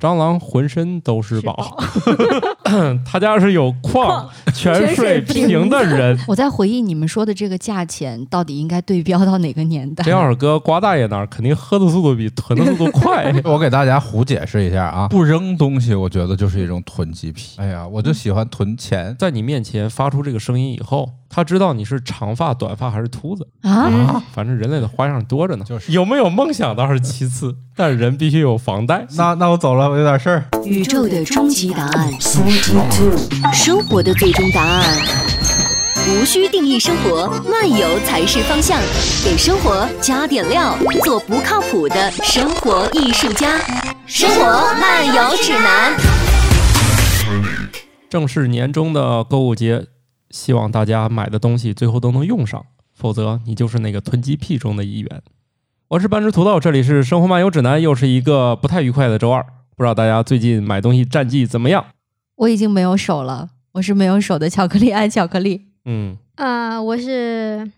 蟑螂浑身都是是宝， 他家是有矿泉泉水水瓶瓶的人。我在回忆你们说的这个价钱到底应该对标到哪个年代？这要是搁瓜大爷那儿，肯定喝的速度比囤的速度快。 我给大家胡解释一下啊，不扔东西，我觉得就是一种囤积癖。哎呀，我就喜欢囤钱。在你面前发出这个声音以后，他知道你是长发、短发还是秃子啊，啊？反正人类的花样多着呢。就是有没有梦想倒是其次，但人必须有房贷。那那我走了，我有点事儿。宇宙的终极答案，生活的最终答案。无需定义生活，漫游才是方向。给生活加点料，做不靠谱的生活艺术家。生活漫游指南。正是年终的购物节，希望大家买的东西最后都能用上，否则你就是那个囤积癖中的一员。我是半只土豆，这里是生活漫游指南，又是一个不太愉快的周二。不知道大家最近买东西战绩怎么样？我已经没有手了，我是没有手的巧克力爱巧克力。嗯，啊、我是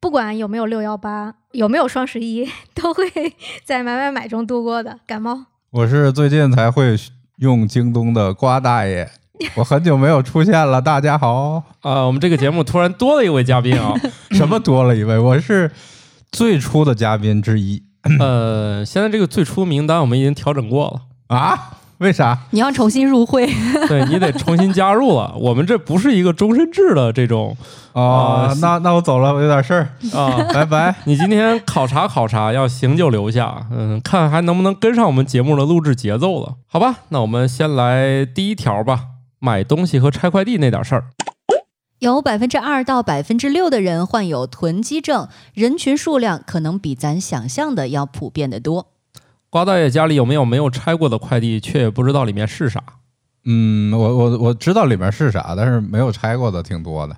不管有没有六幺八，有没有双十一， 都会在买买买中度过的。感冒，我是最近才会用京东的瓜大 爷，我很久没有出现了。大家好，啊、我们这个节目突然多了一位嘉宾啊，什么多了一位，我是最初的嘉宾之一呃，现在这个最初名单我们已经调整过了，啊？为啥？你要重新入会，对你得重新加入了。我们这不是一个终身制的这种哦啊，那那我走了，我有点事儿，啊、 拜拜。你今天考察考察，要行就留下，嗯，看还能不能跟上我们节目的录制节奏了，好吧？那我们先来第一条吧，买东西和拆快递那点事儿。有百分之二到百分之六的人患有囤积症，人群数量可能比咱想象的要普遍的多。瓜大爷家里有没有没有拆过的快递，却也不知道里面是啥？嗯，我我我知道里面是啥，但是没有拆过的挺多的。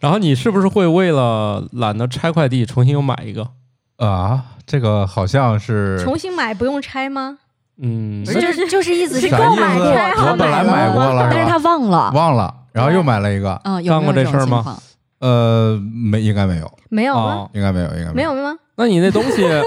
然后你是不是会为了懒得拆快递，重新又买一个？啊，这个好像是重新买不用拆吗？ 嗯，哎是就是就是意思是啥购意买思过太好我本来买过了，但是是他吧？忘了。忘了，然后又买了一个。嗯，有干没过有这种事儿情吗况？呃，没，应该没有，没有吗？啊，应该哦没有，应该没有。有吗？那你那东西，嗯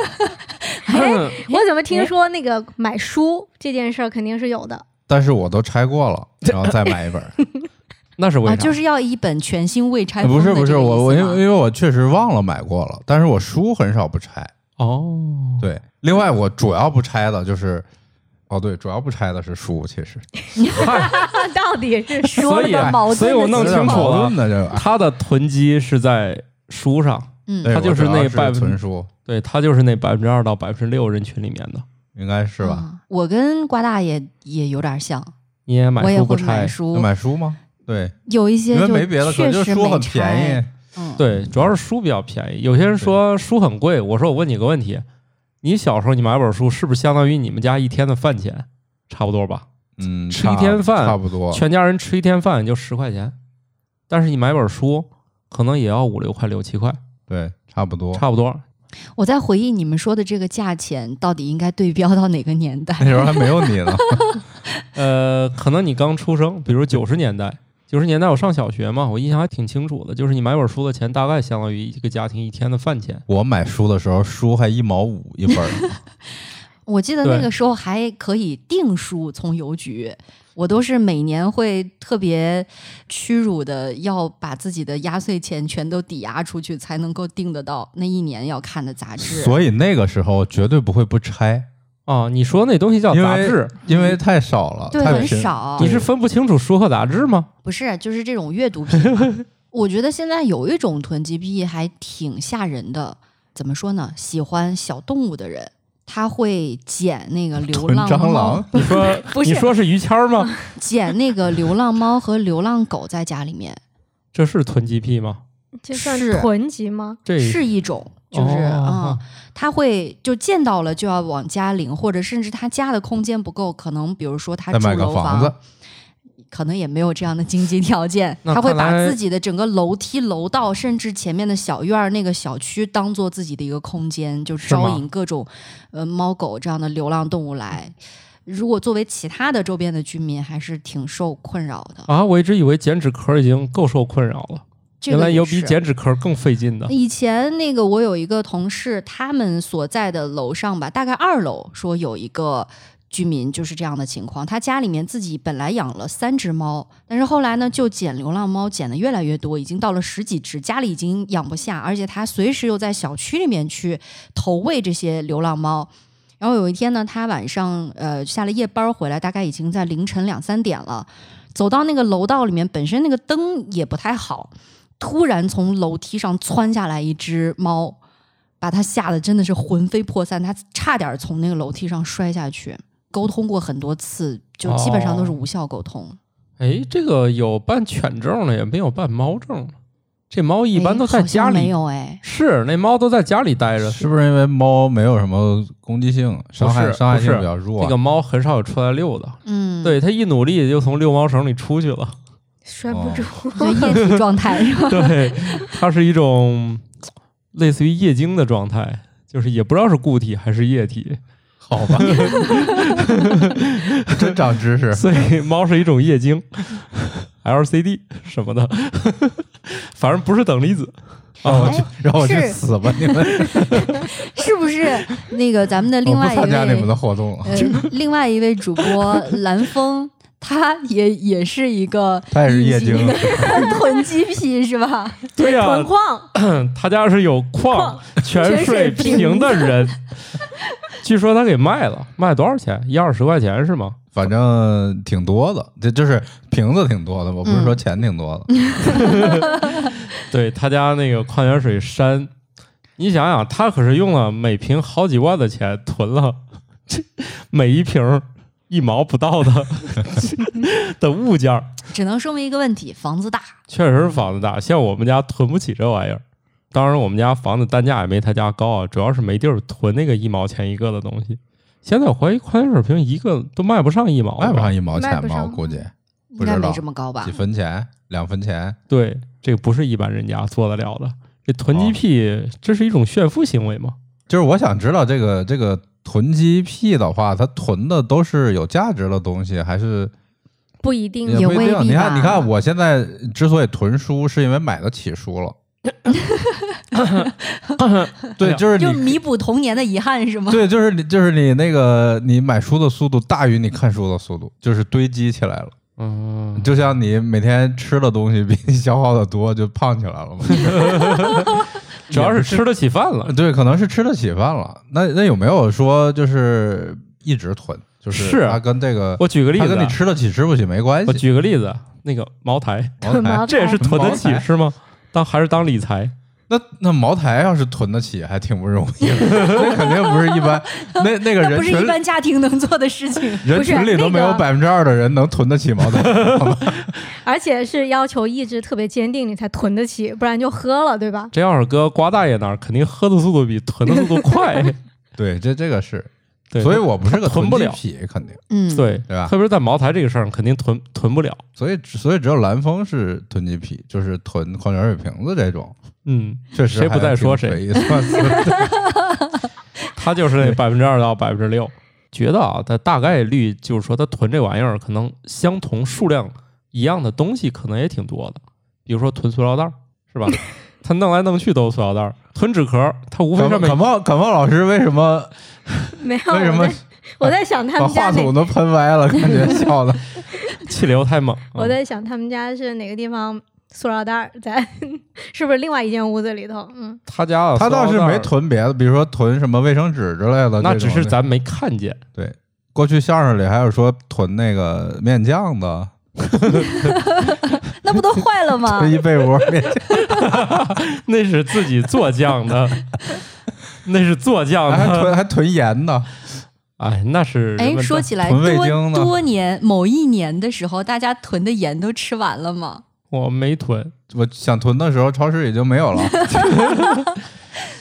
我怎么哎听说那个买书这件事儿肯定是有的？但是我都拆 过了，然后再买一本。 那是为啥？啊，就是要一本全新未拆封不的是这不个意思是，吗。我我因为因为我确实忘了买过了，但是我书很少不拆。哦，对，另外我主要不拆的就是，哦对，主要不拆的是书，其实到底是说所以啊的矛盾的所以我弄情清楚况了那就 他的囤积是在书上，嗯，对它就是我主要那百分存书，对他就是那百分之二到百分之六人群里面的。应该是吧？啊我跟瓜大爷也有点像，你也买我也书不会拆买，书那，买书吗？对，有一些因为嗯就没别的，可确能就实是书没很拆便宜。。嗯，对，主要是书比较便宜。有些人说书很贵，我说我问你个问题，你小时候你买本书是不是相当于你们家一天的饭钱？差不多吧，嗯，吃一差天饭差不多。全家人吃一天饭也就十块钱，但是你买本书可能也要五六块、六七块，对，差不多。差不多。我在回忆你们说的这个价钱到底应该对标到哪个年 代？那时候还没有你呢，呃，可能你刚出生，比如九十年代，九十年代我上小学嘛，我印象还挺清楚的，就是你买本书的钱大概相当于一个家庭一天的饭钱。我买书的时候，书还一毛五一本儿， 我记得那对个时候还可以订书从邮局，我都是每年会特别屈辱的，要把自己的压岁钱全都抵押出去，才能够订得到那一年要看的杂志。所以那个时候绝对不会不拆，啊，你说那东西叫因杂为志，因为太少了，嗯对，太很贫少你，是分不清楚书和杂志吗？不是就是这种阅读 品。我觉得现在有一种囤积癖还挺吓人的，怎么说呢？喜欢小动物的人，他会捡那 个流囤浪蟑猫螂，，你说不是你说是于谦儿吗？捡那个流浪猫和流浪狗在家里面。这是囤积癖吗？这算是囤积吗？这是一种，就是哦嗯，他会就见到了就要往家领，或者甚至他家的空间不够，可能比如说他再住买个楼房子，可能也没有这样的经济条件，那他会看来把自己的整个楼梯、楼道，甚至前面的小院儿、那个小区当做自己的一个空间，就是吗招引各种呃猫狗这样的流浪动物来。如果作为其他的周边的居民，还是挺受困扰的。啊，我一直以为剪纸壳已经够受困扰了，这原个来也有比是剪纸壳更费劲的。以前那个我有一个同事，他们所在的楼上吧，大概二楼说有一个居民就是这样的情况。他家里面自己本来养了三只猫，但是后来呢，就捡流浪猫，捡的越来越多，已经到了十几只，家里已经养不下，而且他随时又在小区里面去投喂这些流浪猫。然后有一天呢，他晚上呃下了夜班回来，大概已经在凌晨两三点了，走到那个楼道里面，本身那个灯也不太好，突然从楼梯上窜下来一只猫，把他吓得真的是魂飞魄散，他差点从那个楼梯上摔下去。沟通过很多次，就基本上都是无效沟通。哎，这个有办犬证的，也没有办猫证。这猫一般都在哎好像家里，没有哎，是那猫都在家里待着，是不 是因为猫没有什么攻击性，伤害不是伤害性不是比较弱？这 个猫很少有出来遛的。嗯，对，它一努力就从遛猫绳里出去 了。拴不哦住。 就液体状态是吧？对，它是一种类似于液晶的状态，就是也不知道是固体还是液体。好吧，真长知识。所 以猫是一种液晶 ，LCD 什么的， 反正不是等离子。让我哎去，让我去是死吧！你们，是不是？那个咱们的 我另不外一参加你们位的活动了。呃，另外一位主播蓝峰，他也也是一个他也是隐液形晶的 囤积癖是吧？对呀、囤矿，他家是有矿矿泉水瓶的 人，据说他给卖了，卖多少钱？一二十块钱是 吗？反正挺多的，这就是瓶子挺多的，我不是说嗯钱挺多的。对他家那个矿泉水山，你想想，他可是用了每瓶好几万的钱囤了，这每一瓶一毛不到的 的物件儿，只能说明一个问题：房子大。确实房子大，像我们家囤不起这玩意儿。当然，我们家房子单价也没他家高啊，主要是没地儿囤那个一毛钱一个的东西。现在我怀疑矿泉水瓶一个都卖不上一毛，卖不上一毛卖钱不吧，上我估计应不知该没道这么高吧几？分钱、两分钱。对，这个不是一般人家做得了的。这囤积哦癖，这是一种炫富行为吗？就是我想知道这个这个囤积癖的话，它囤的都是有价值的东西，还是不一定也嗯有不一未定？必你吧看，你看，我现在之所以囤书，是因为买得起 书了。对，就是就你，弥补童年的遗憾是吗？对，就是你，就是你那个你买书的速度大于你看书的速度，就是堆积起来了。嗯，就像你每天吃的东西比你消耗的多，就胖起来了嘛。主要是吃得起饭了。呃对，可能是吃得起饭了。那那有没有说就是一直囤？就是是啊它跟这个，我举个例它子跟你啊，吃得起吃不起没关我系。举个例子啊，那个茅台，茅台茅这也是囤得茅起台是吗？当还是当理财？那那茅台要是囤得起，还挺不容易的， 那肯定不是一般。那那个那人不是一群般家庭能做的事 情。人不是群里都那没有个百分之二的人能囤得起茅台。 而且是要求意志特别坚定，你才囤得起，不然就喝了，对吧？这要是搁瓜大爷那儿，肯定喝的速度比囤的速度快。对，这这个是，对，所以我不是个它囤不积了癖，肯定。嗯，对对吧特别是在茅台这个事儿，肯定囤囤不了。所以只所以只有蓝峰是囤积癖，就是囤矿泉水瓶子这种，嗯，确实谁不还在说挺谁匪夷所思的他就是那百分之二到百分之六， 觉得啊，他大概率就是说他囤这玩意儿，可能相同数量一样的东西可能也挺多的，比如说囤塑料袋儿，是 吧？他弄来弄去都是塑料袋儿，囤纸壳儿，他无非 上感面感冒感冒老师为什么没有，为什么我在我在想他 把们家话哪筒都喷歪了？感 觉笑的。气流太猛。我嗯在想他们家是哪个地方塑料袋儿在， 是不是另外一间屋子里头？嗯，他家的他倒塑是料袋没儿，囤别的，比如说囤什么卫生纸之类的这种的。那只是咱没看见。过去相声里还有说囤那个面酱的，那不都坏了吗囤？一被窝面酱。那是自己做酱 的，那是做酱还的。囤还囤盐呢， 哎，那是人哎，们说的起来，囤味精多呢多年某一年的时候，大家囤的盐都吃完了吗？我没囤，我想囤的时候，超市已经没 有了。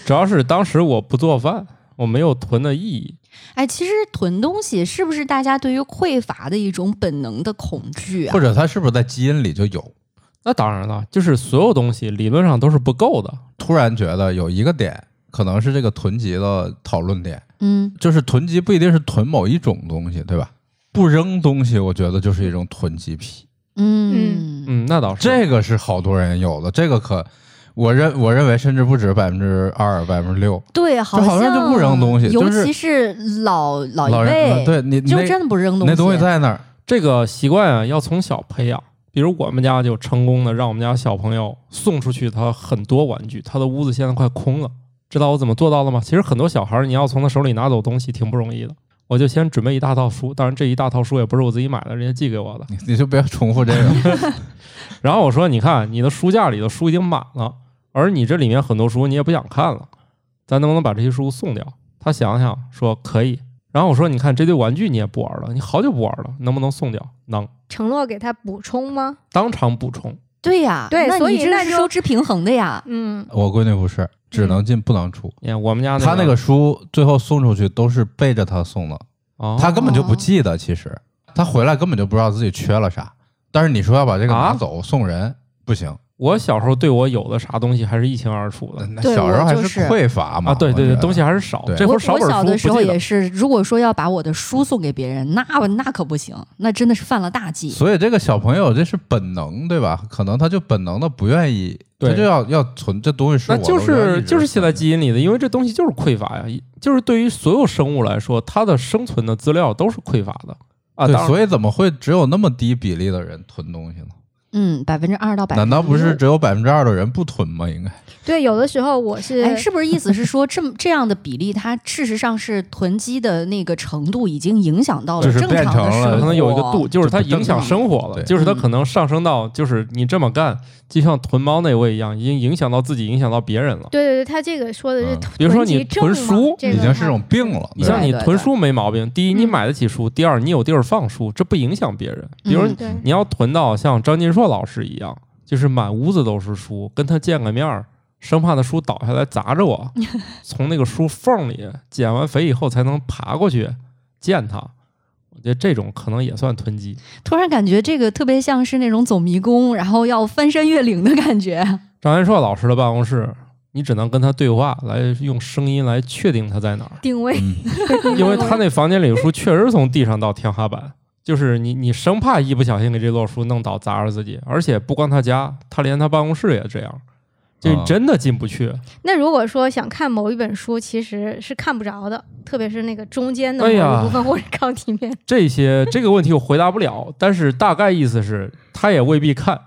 主要是当时我不做饭，我没有囤的意义。哎，其实囤东西是不是大家对于匮乏的一种本能的恐惧啊或？者它是不是在基因里就有？那当然了，就是所有东西理论上都是不够的。突然觉得有一个点，可能是这个囤积的讨论点，嗯，就是囤积不一定是囤某一种东西，对吧？不扔东西，我觉得就是一种囤积癖，嗯嗯，那倒是。这个是好多人有的，这个可。我认我认为甚至不止百分之二、百分之六，对，好像好像就不扔东西尤就是其是老老老一人辈，呃对你就那真的不扔东西。那东西在那儿，这个习惯啊，要从小培养。比如我们家就成功的让我们家小朋友送出去他很多玩具，他的屋子现在快空了。知道我怎么做到的吗？其实很多小孩儿你要从他手里拿走东西挺不容易的。我就先准备一大套书，当然这一大套书也不是我自己买的，人家寄给我的。你你就别重复 这个。然后我说：“你看，你的书架里的书已经满了，而你这里面很多书你也不想看了，咱能不能把这些书送掉？”他想想说：“可以。”然后我说：“你看，这堆玩具你也不玩了，你好久不玩了，能不能送掉？”能，承诺给他补充吗？当场补充。对呀，对那所你以这那是就收支平衡的呀。嗯，我闺女不是，只能进不能出。你看哎我们家她那那个书最后送出去都是背着她送的，哦她根本就不记得。其实她回来根本就不知道自己缺了啥。但是你说要把这个拿啊走送人不行，我小时候对我有的啥东西还是一清二楚的那对小时候我还就是是匮乏嘛。啊，对对嗯我觉对，得东西还是少对。这会我儿少我本小书的时候不记得也是，如果说要把我的书送给别人，那那可不行，那真的是犯了大忌。所以这个小朋友这是本能，对吧？可能他就本能的不愿意，对他就要要存这东西是那我的，就我要一是直就是写存在基因里的，因为这东西就是匮乏呀，就是对于所有生物来说，它的生存的资料都是匮乏的啊。对当，然所以怎么会只有那么低比例的人囤东西呢？嗯，百分之二到百分之难道不是只有百分之二的人不囤吗？应该对，有的时候我是，哎，是不是意思是说，这么这样的比例，它事实上是囤积的那个程度已经影响到了就是正常变的成生了活，可能有一个度，呃就是它影响生活了，嗯对就是它可能上升到，就是你这么干，就像囤猫那位一样，已经影响到自己，影响到别人了。对对对，他这个说的是囤嗯积症嘛，比如说你囤书这个已经是他种病了。你对吧像你对对囤书没毛病，第一你嗯买得起书，第二你有地儿放书，这不影响别人。比如嗯对你要囤到像张金硕老师一样，就是满屋子都是书，跟他见个面儿，生怕他书倒下来砸着我，从那个书缝里减完肥以后才能爬过去见他。我觉得这种可能也算囤积。突然感觉这个特别像是那种走迷宫，然后要翻山越岭的感觉。张元硕老师的办公室，你只能跟他对话，来用声音来确定他在哪儿，定位， 嗯因为他那房间里的书确实从地上到天花板，就是你你生怕一不小心给这摞书弄倒砸着自己，而且不光他家，他连他办公室也这样，就啊真的进不去。那如果说想看某一本书，其实是看不着的，特别是那个中间的哎某呀一部分 或者靠里面。这些这个问题我回答不了，但是大概意思是他也未必看。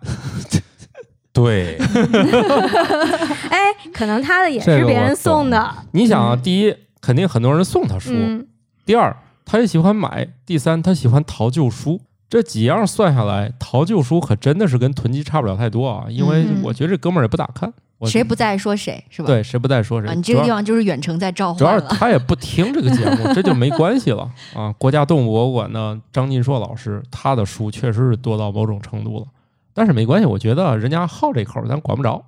对，哎，可能他的也这是个别我人懂送的，你想啊，嗯第一肯定很多人送他书，嗯，第二，他也喜欢买；第三，他喜欢淘旧书。这几样算下来，淘旧书可真的是跟囤积差不了太多啊！因为嗯我觉得这哥们儿也不咋看，我谁不在说谁是吧？对谁不带说谁。啊，你这个地主要方就是远程在召主要唤是了。他也不听这个节 目，这就没关系了啊！国家动物博物馆的张晋硕老师，他的书确实是多到某种程度了，但是没关系，我觉得人家好这口儿，咱管不着。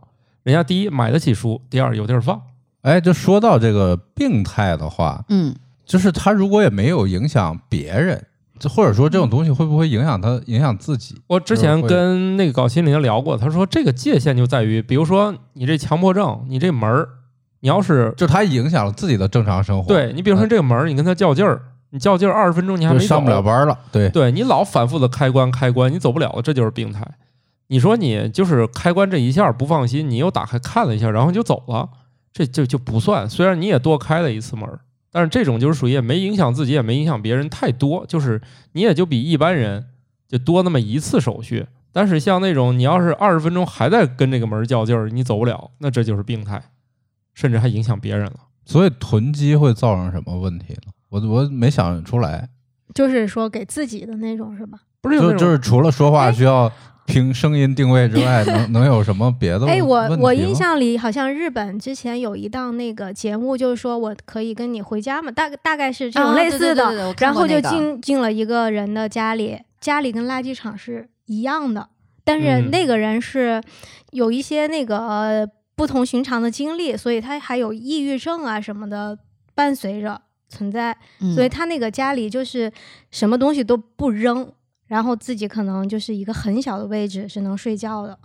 人家第一买得起书，第二有地儿放，哎，就说到这个病态的话，嗯，就是他如果也没有影响别人，就或者说这种东西会不会影响他影响自己？我之前跟那个搞心理的聊过，他说这个界限就在于，比如说你这强迫症，你这门儿，你要是就他影响了自己的正常生活，，对你，比如说这个门儿，你跟他较劲儿，你较劲儿二十分钟你还就没上不走了，班了。对，对你老反复的开关开关，你走不了了，这就是病态。你说你就是开关这一下不放心，你又打开看了一下，然后你就走了，这就就不算。虽然你也多开了一次门儿，但是这种就是属于也没影响自己，也没影响别人太多，就是你也就比一般人就多那么一次手续。但是像那种你要是二十分钟还在跟这个门儿较劲儿，你走不了，那这就是病态，甚至还影响别人了。所以囤积会造成什么问题呢？我我没想出来，就是说给自己的那种是吧？不是有那就种就是除了说话需要凭声音定位之外，能能有什么别的问题吗？哎，我我印象里好像日本之前有一档那个节目，就是说我可以跟你回家嘛，大大概是这种啊类对似对对的，对我看然过后就那个进、进了一个人的家里，家里跟垃圾场是一样的，但是嗯那个人是有一些那个、呃不同寻常的经历，所以他还有抑郁症啊什么的伴随着存在，嗯所以他那个家里就是什么东西都不扔，然后自己可能就是一个很小的位置是能睡觉的。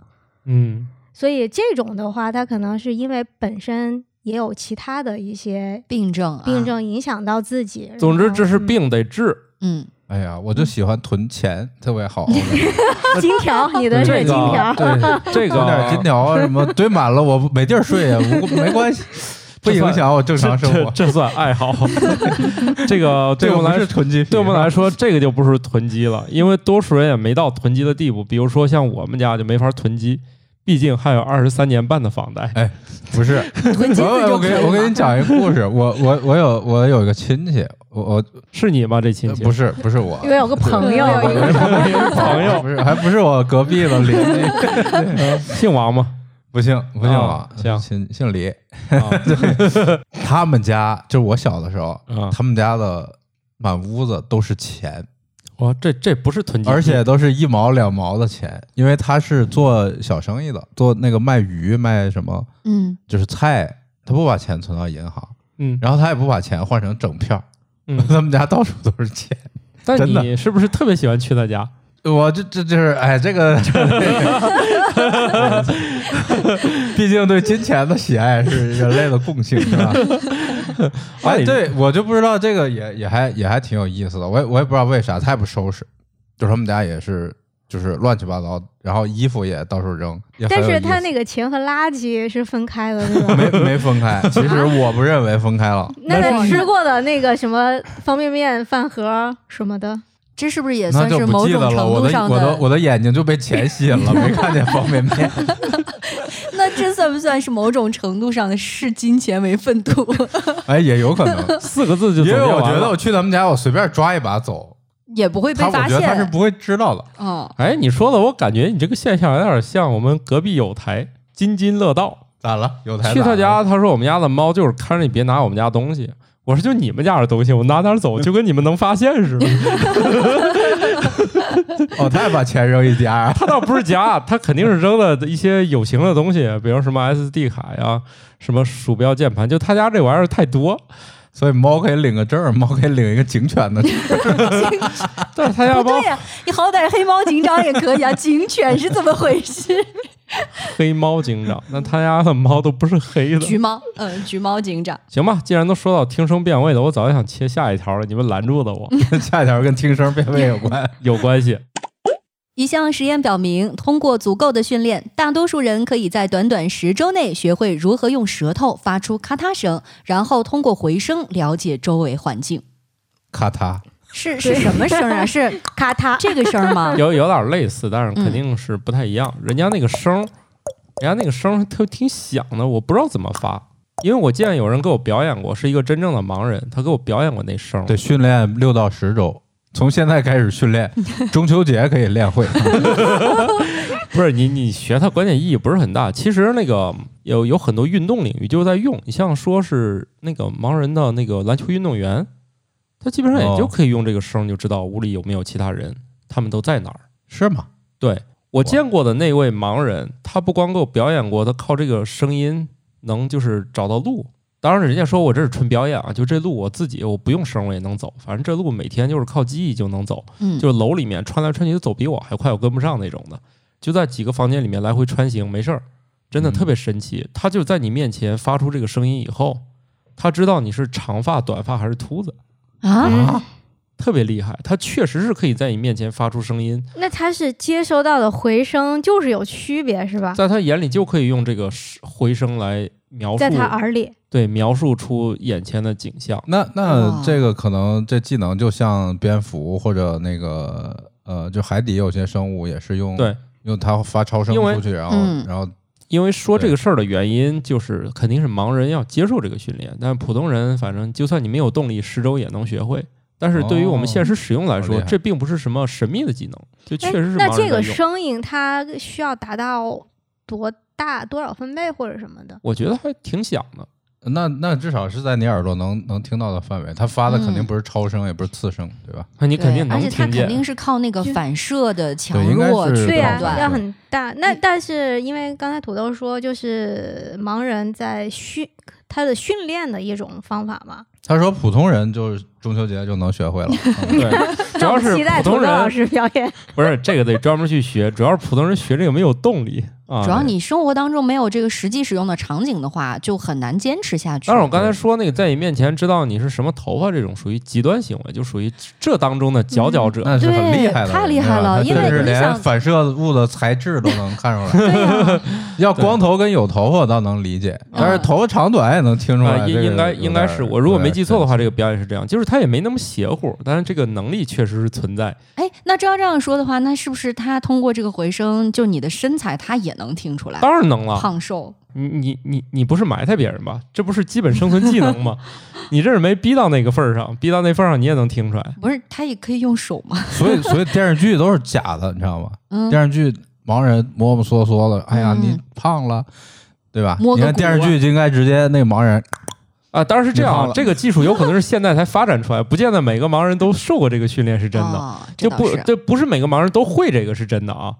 嗯，所以这种的话，它可能是因为本身也有其他的一些病症、啊，病，症影响到自己。总之然后这是嗯病得治，嗯，哎呀，我就喜欢囤钱，特别好， 金条，你的是这金条个，对这 囤点金个条啊什么，堆满了我没地儿睡啊，不没关系，不影响我正常生这活。这算爱好。 这个对这我个们不来说，是囤积品，对我们来说，这个就不是囤积了，因为多数人也没到囤积的地步。比如说像我们家就没法囤积，毕竟还有二十三年半的房贷。不是，囤金我子就我可给以了。我给你讲一个故事，我我我有我有一个亲戚，我我是你吗？这亲戚呃不是不是我，因为有个朋友，对不是朋友不是还不是我隔壁的邻居，姓王 吗？不姓不姓王啊，行姓姓李，啊他们家就是我小的时候，啊，他们家的满屋子都是钱，哇，这这不是囤积，而且都是一毛两毛的钱，因为他是做小生意的，做那个卖鱼卖什么嗯，就是菜，他不把钱存到银行，嗯，然后他也不把钱换成整票，嗯 他们家到处都是钱。但真的你是不是特别喜欢去他家？我这这就是哎，这个，毕竟对金钱的喜爱是人类的共性，是吧？哎，对我就不知道这个也也还也还挺有意思的，我也我也不知道为啥他也不收拾，就是他们家也是就是乱七八糟，然后衣服也到处扔，也很但有是意思他那个钱和垃圾是分开的，对吧？没没分开，其实我不认为分开了，那他吃过的那个什么方便面、饭盒什么的，这是不是也那算就是不某记种得程了，我度的上我的我的眼睛就被钱吸引了，没看见方便面。 那这算不算是某种程度上的视金钱为粪土？哎，也有可能，四个字就因总结为我觉完得我了。去他们家，我随便抓一把走， 也不会被他发我觉得他是现。不会知道的。 嗯，哎，你说的我感觉你这个现象有点像我们隔壁有台津津乐道，咋了？有台去咋他了家，他说我们家的猫就是看着你别拿我们家东西。我说就你们家的东西，我拿哪儿走，就跟你们能发现似的。哦，他也把钱扔一家，啊 他倒不是夹，他肯定是扔了一些有形的东西，比如什么 SD 卡呀，什么鼠标、键盘，就他家这玩意儿太多。所以猫可以领个证儿，猫可以领一个警犬 的证儿。但是他啊家不猫对呀、你好歹黑猫警长也可以啊，警犬是怎么回事？ 黑猫警长，那他家的猫都不是黑的。橘猫，嗯，橘猫警长，行吧，既然都说到听声辨位了，我早就想切下一条了，你们拦住了 我，下一条跟听声辨位有关。有关系。一项实验表明，通过足够的训练，大多数人可以在短短十周内学会如何用舌头发出咔嗒声，然后通过回声了解周围环境。咔嚓，是是什么声 啊？是咔嗒，这个声儿 吗？有有点类似，但是嗯肯定是不太一样。人家那个声儿，人家那个声儿特挺响的，我不知道怎么发。因为我见有人给我表演过，是一个真正的盲人，他给我表演过那声儿。对，训练六到十周，从现在开始训练，中秋节可以 练会。不是你，你学它关键意义不是很大。其实那个有有很多运动领域就是在用，你像说是那个盲人的那个篮球运动员，他基本上也就哦可以用这个声就知道屋里有没有其他人，他们都在哪儿。是吗？对我见过的那位盲人，他不光给我表演过，他靠这个声音能就是找到路。当然，人家说我这是纯表演啊，就这路我自己我不用声我也能走，反正这路每天就是靠记忆就能走。嗯，就是楼里面穿来穿去走比我还快，我跟不上那种的，就在几个房间里面来回穿行，没事儿，真的嗯特别神奇。他就在你面前发出这个声音以后，他知道你是长发、短发还是秃子，啊，嗯，特别厉害。他确实是可以在你面前发出声音，那他是接收到的回声就是有区别是吧？在他眼里就可以用这个回声来描述在，他耳里，对，描述出眼前的景象。那哇那这个可能这技能就像蝙蝠或者那个呃，就海底有些生物也是用对用它发超声因为出去，然后、嗯然后因为说这个事儿的原因，就是肯定是盲人要接受这个训练，但是普通人反正就算你没有动力，十周也能学会。但是对于我们现实使用来哦说，好厉害这并不是什么神秘的技能，就确哎实是那盲这人在个用。声音它需要达到多大多少分贝或者什么的？我觉得还挺响的，那那至少是在你耳朵能能听到的范围，它发的肯定嗯不是超声，也不是次声，对吧？那你你肯定而能且听它肯定见。是靠那个反射的强对应该弱是去对呀、判这种断。啊要很大。那但是因为刚才土豆说，就是盲人在训他的训练的一种方法嘛，他说普通人就是中秋节就能学会了。嗯 对，主那我要们是期待普土豆通老人师表演。不是这个得专门去学，主要是普通人学这个没有动力啊。主要你生活当中没有这个实际使用的场景的话，就很难坚持下去。但是我刚才说那个，在你面前知道你是什么头发，这种属于极端行为，就属于这当中的佼佼者。嗯那是很厉害的人，对太厉害了对因吧为他甚至你连想反射物的材质都能看出来。对呀、嗯要光头跟有头发我倒能理解，但是头发长短也能听出啊，来。应这个应该有应该点是我，如果没记错的，话，有这个表演是这样，就是他也没那么邪乎，但是这个能力确实是存在。哎，那真要这样说的话，那是不是他通过这个回声，就你的身材他也能听出来？当然能了，胖瘦，你你你你不是埋汰别人吧？这不是基本生存技能 吗？你这是没逼到那个份儿上，逼到那份儿上你也能听出来。不是他也可以用手吗？点所以所以电视剧都是假的，你知道吗？ 嗯，电视剧盲人摸摸索索的，哎呀，嗯你胖了，对吧？摸你个看骨啊电视剧就应该直接那个盲人，啊，当然是这样你啊胖，了这个技术有可能是现在才发展出来，不见得每个盲人都受过这个训练是真的，哦、这就倒不是这不是每个盲人都会这个是真的啊。哦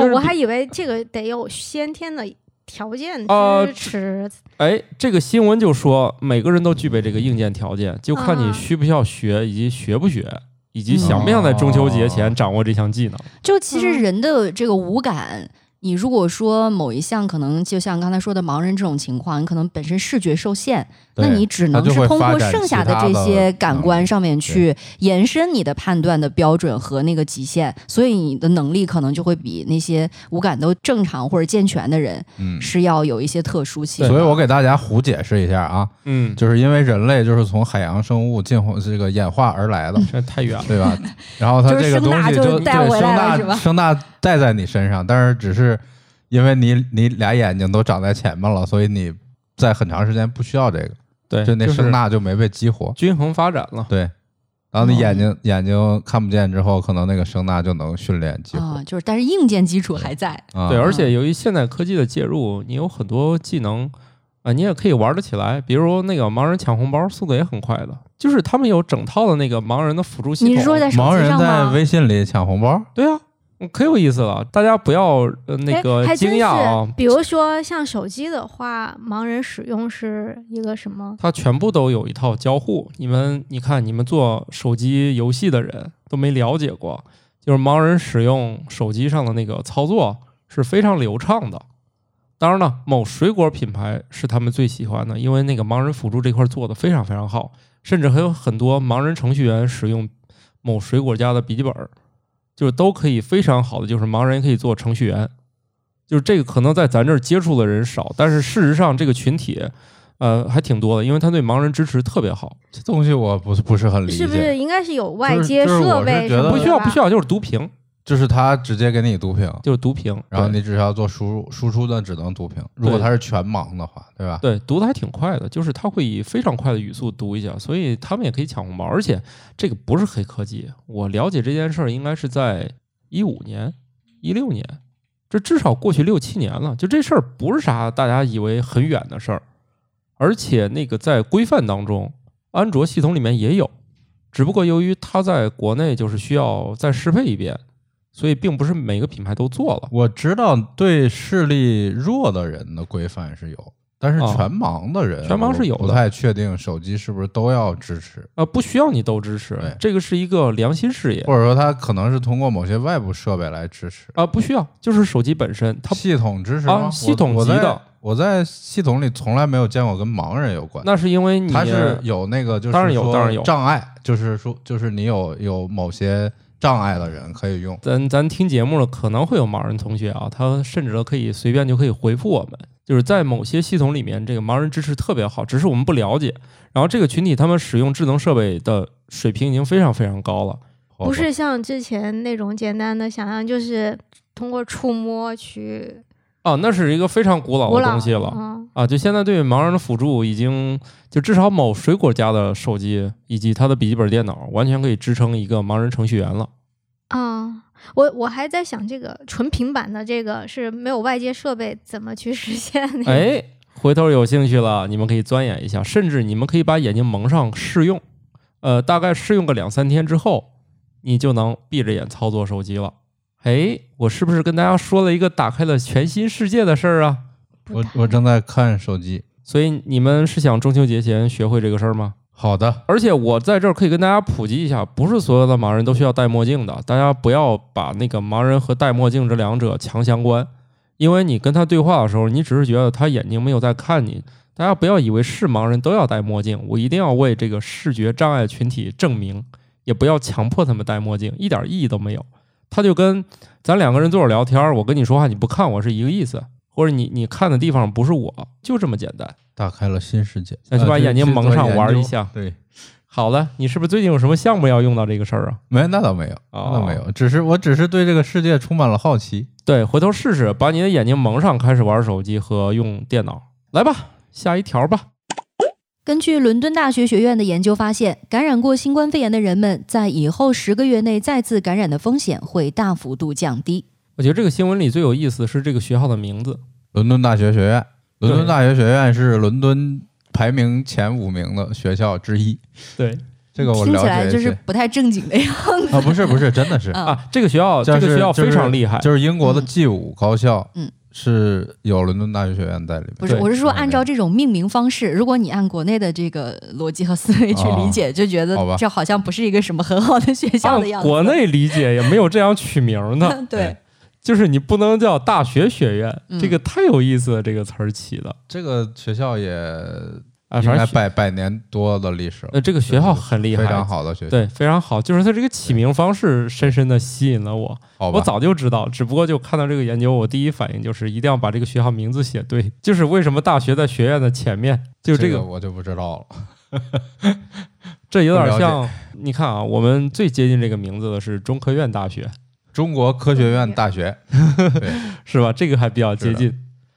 就，是我比还以为这个得有先天的条件呃支持。哎，这个新闻就说每个人都具备这个硬件条件，就看你啊需不需要学，以及学不学，以及想不想在中秋节前掌握这项技能。就其实嗯人的这个五感。你如果说某一项可能就像刚才说的盲人这种情况，你可能本身视觉受限，那对你只它能就是会通发过展剩其下的他这的些感官上面嗯去延伸你的判断的标准和那个极限，所以你的能力可能就会比那些五感都正常或者健全的人嗯。是要有一些特殊性的。所以我给大家胡解释一下啊，嗯，就是因为人类就是从海洋生物进化这个演化而 来的，这太远了。对吧？然后它就是这个声东呐西就就带对回声来了是呐吧声呐带在你身上，但是只是因为你你俩眼睛都长在前面了，所以你在很长时间不需要这个，对，就那是声呐就没被激活。均衡发展了。对，然后哦你眼睛、眼睛看不见之后，可能那个声呐就能训练激活啊，就是但是硬件基础还在。啊。对，而且由于现代科技的介入，你有很多技能啊、你也可以玩得起来。比如那个盲人抢红包，速度也很快的，就是他们有整套的那个盲人的辅助系统。你是说在手盲机人上在吗？微信里抢红包，对啊，嗯可有意思了，大家不要呃那哎个还惊真讶是啊，，比如说像手机的话，盲人使用是一个什么？它全部都有一套交互。你们你看，你们做手机游戏的人都没了解过，就是盲人使用手机上的那个操作是非常流畅的。当然了，某水果品牌是他们最喜欢的，因为那个盲人辅助这块做的非常非常好，甚至还有很多盲人程序员使用某水果家的笔记本儿，就是都可以非常好的，就是盲人可以做程序员。就是这个可能在咱这儿接触的人少，但是事实上这个群体，呃，还挺多的，因为他对盲人支持特别好，这东西我不是不是很理解，是不是应该是有外就是接就是我设是备什觉得么的吧？不需要不需要，就是读屏，就是他直接给你读屏，就是读屏，然后对你只需要做输入，输出的只能读屏。如果对他是全盲的话，对吧？对读的还挺快的，就是他会以非常快的语速读一下，所以他们也可以抢红包，而且这个不是黑科技，我了解这件事儿应该是在一五年、一六年，这至少过去六七年了，就这事儿不是啥大家以为很远的事儿，而且那个在规范当中，安卓系统里面也有，只不过由于它在国内就是需要再适配一遍，所以并不是每个品牌都做了。我知道对视力弱的人的规范是有，但是哦全盲的人，全盲是有的我不太确定手机是不是都要支持，啊、不需要你都支持对，这个是一个良心事业或者说他可能是通过某些外部设备来支持。啊、不需要，就是手机本身它系统支持吗？啊我系统级的我在，我在系统里从来没有见过跟盲人有关。那是因为你他是有那个，就是当然有说当然有障碍，就是说，就是你有有某些障碍的人可以用。咱咱听节目了，可能会有盲人同学啊，他甚至可以随便就可以回复我们，就是在某些系统里面，这个盲人支持特别好，只是我们不了解。然后这个群体他们使用智能设备的水平已经非常非常高了，好吧不是像之前那种简单的想象，就是通过触摸去啊，那是一个非常古老鼓的掌东西了。嗯，啊，就现在对盲人的辅助已经，就至少某水果家的手机以及他的笔记本电脑，完全可以支撑一个盲人程序员了。啊、我我还在想，这个纯平板的这个是没有外接设备，怎么去实现 那个？哎，回头有兴趣了，你们可以钻研一下，甚至你们可以把眼睛蒙上试用，呃，大概试用个两三天之后，你就能闭着眼操作手机了。哎，我是不是跟大家说了一个打开了全新世界的事儿啊？不我太我正在看手机，所以你们是想中秋节前学会这个事儿吗？好的，而且我在这儿可以跟大家普及一下，不是所有的盲人都需要戴墨镜的，大家不要把那个盲人和戴墨镜这两者强相关，因为你跟他对话的时候，你只是觉得他眼睛没有在看你。大家不要以为是盲人都要戴墨镜，我一定要为这个视觉障碍群体证明，也不要强迫他们戴墨镜，一点意义都没有。他就跟咱两个人坐着聊天儿，我跟你说话你不看我是一个意思，或者你你看的地方不是我，就这么简单。打开了新世界，那就把呃眼睛蒙上玩一下。去做研究对，好的，你是不是最近有什么项目要用到这个事儿啊？没那倒没有，那倒没哦有，只是我只是对这个世界充满了好奇。对，回头试试，把你的眼睛蒙上，开始玩手机和用电脑。来吧，下一条吧。根据伦敦大学学院的研究发现，感染过新冠肺炎的人们在以后十个月内再次感染的风险会大幅度降低。我觉得这个新闻里最有意思的是这个学校的名字，伦敦大学学院，伦敦对大学学院是伦敦排名前五名的学校之一。对这个我听了起来解就一些是不太正 经的样子。啊，不是不是，真的 是啊啊，这个学校，就这是个学校就是非常厉害。就是英国的 G 五高校，嗯，是有伦敦大学学院在里面。不是，对我是说，按照这种命名方式，如果你按国内的这个逻辑和思维去理解，就觉得哦好吧哦这好像不是一个什么很好的学校的按 样子。国内理解也没有这样取名 的，对，就是你不能叫大学学院，嗯这个太有意思了，这个词儿起的这个学校也啊，应反该正学百百年多的历史了，呃这个学校很厉害，非常好的学校。对，非常好，就是它这个起名方式深深的吸引了我。好吧，我早就知道，只不过就看到这个研究，我第一反应就是一定要把这个学校名字写对。 就是为什么大学在学院的前面，就这这个，我就不知道了。这有不了点解像。你看啊，我们最接近这个名字的是中科院大学，中国科学院大学，是吧？这个还比较接近。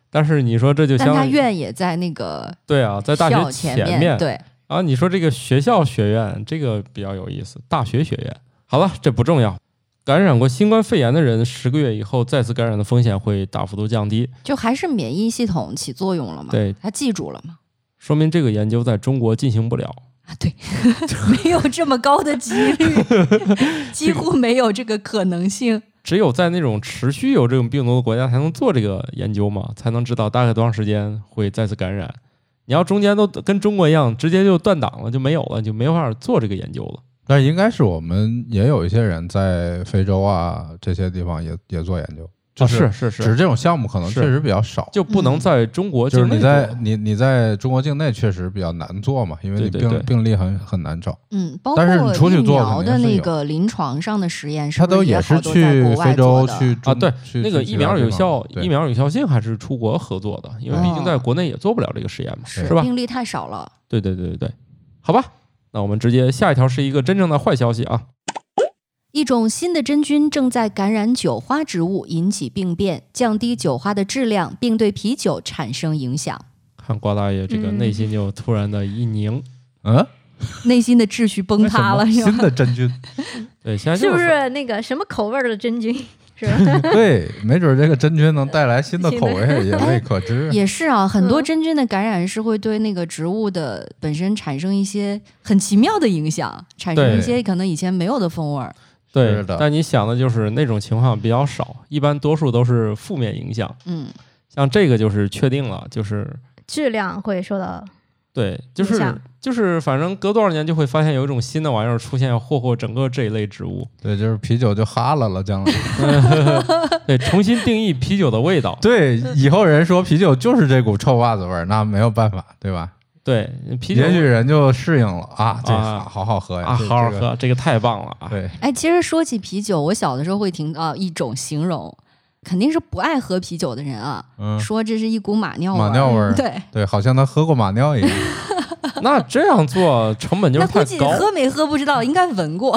但是你说这就但相他当于院也在那个对啊，在大校学前面对，啊，你说这个学校学院这个比较有意思，大学学院。好了，这不重要。感染过新冠肺炎的人，十个月以后再次感染的风险会大幅度降低。就还是免疫系统起作用了嘛？对，他记住了嘛？说明这个研究在中国进行不了。啊，对， 没有这么高的几率， 几乎没有这个可能性。只有在那种持续有这种病毒的国家才能做这个研究嘛，才能知道大概多长时间会再次感染。你要中间都跟中国一样，直接就断档了，就没有了，你就没法做这个研究了。但应该是我们也有一些人在非洲啊这些地方也也做研究，就啊，是是只是是，这种项目可能是确实比较少。就不能在中国就境是内你做在你你在中国境内确实比较难做嘛，因为你对对病对病例很很难找。嗯，包括但是你出去疫做苗肯定的是那有个临床上的实验，是他不都也好是多在去国非外洲做的去啊，中对，去那个去疫其他苗有地方效，对疫苗有效性还是出国合作的，因为毕竟在哦国内也做不了这个实验嘛，是是吧？病例太少了。对对对对对，好吧，那我们直接下一条是一个真正的坏消息啊，一种新的真菌正在感染酒花植物，引起病变，降低酒花的质量，并对啤酒产生影响。看瓜大爷这个嗯内心就突然的一凝，嗯，内心的秩序崩塌了，为是什么新吧？的 真菌，对，现在是就不是是那个什么口味儿的真菌？是吧？ 对，没准这个真菌能带来新的新口的味，也未可知。 也是啊，很多嗯真菌的感染是会对那个植物的本身产生一些很奇妙的影响，产生对一些可能以前没有的风味儿。对是的，但你想的就是那种情况比较少，一般多数都是负面影响，嗯，像这个就是确定了，就是质量会受到对，就影是响就是，反正隔多少年就会发现有一种新的玩意儿出现，霍霍整个这一类植物，对，就是啤酒就哈了了，将来。对，重新定义啤酒的味道。 对，以后人说啤酒就是这股臭袜子味儿，那没有办法，对吧？对，啤酒也许人就适应了啊，这啊好好喝呀，啊，这好好。这个喝，这个太棒了啊！对，哎，其实说起啤酒，我小的时候会听到一种形容，肯定是不爱喝啤酒的人啊，嗯，说这是一股马尿味马儿。尿味儿，对，对，好像他喝过马尿 一样。那这样做成本就那是估太计高。喝没喝不知道，应该闻 过，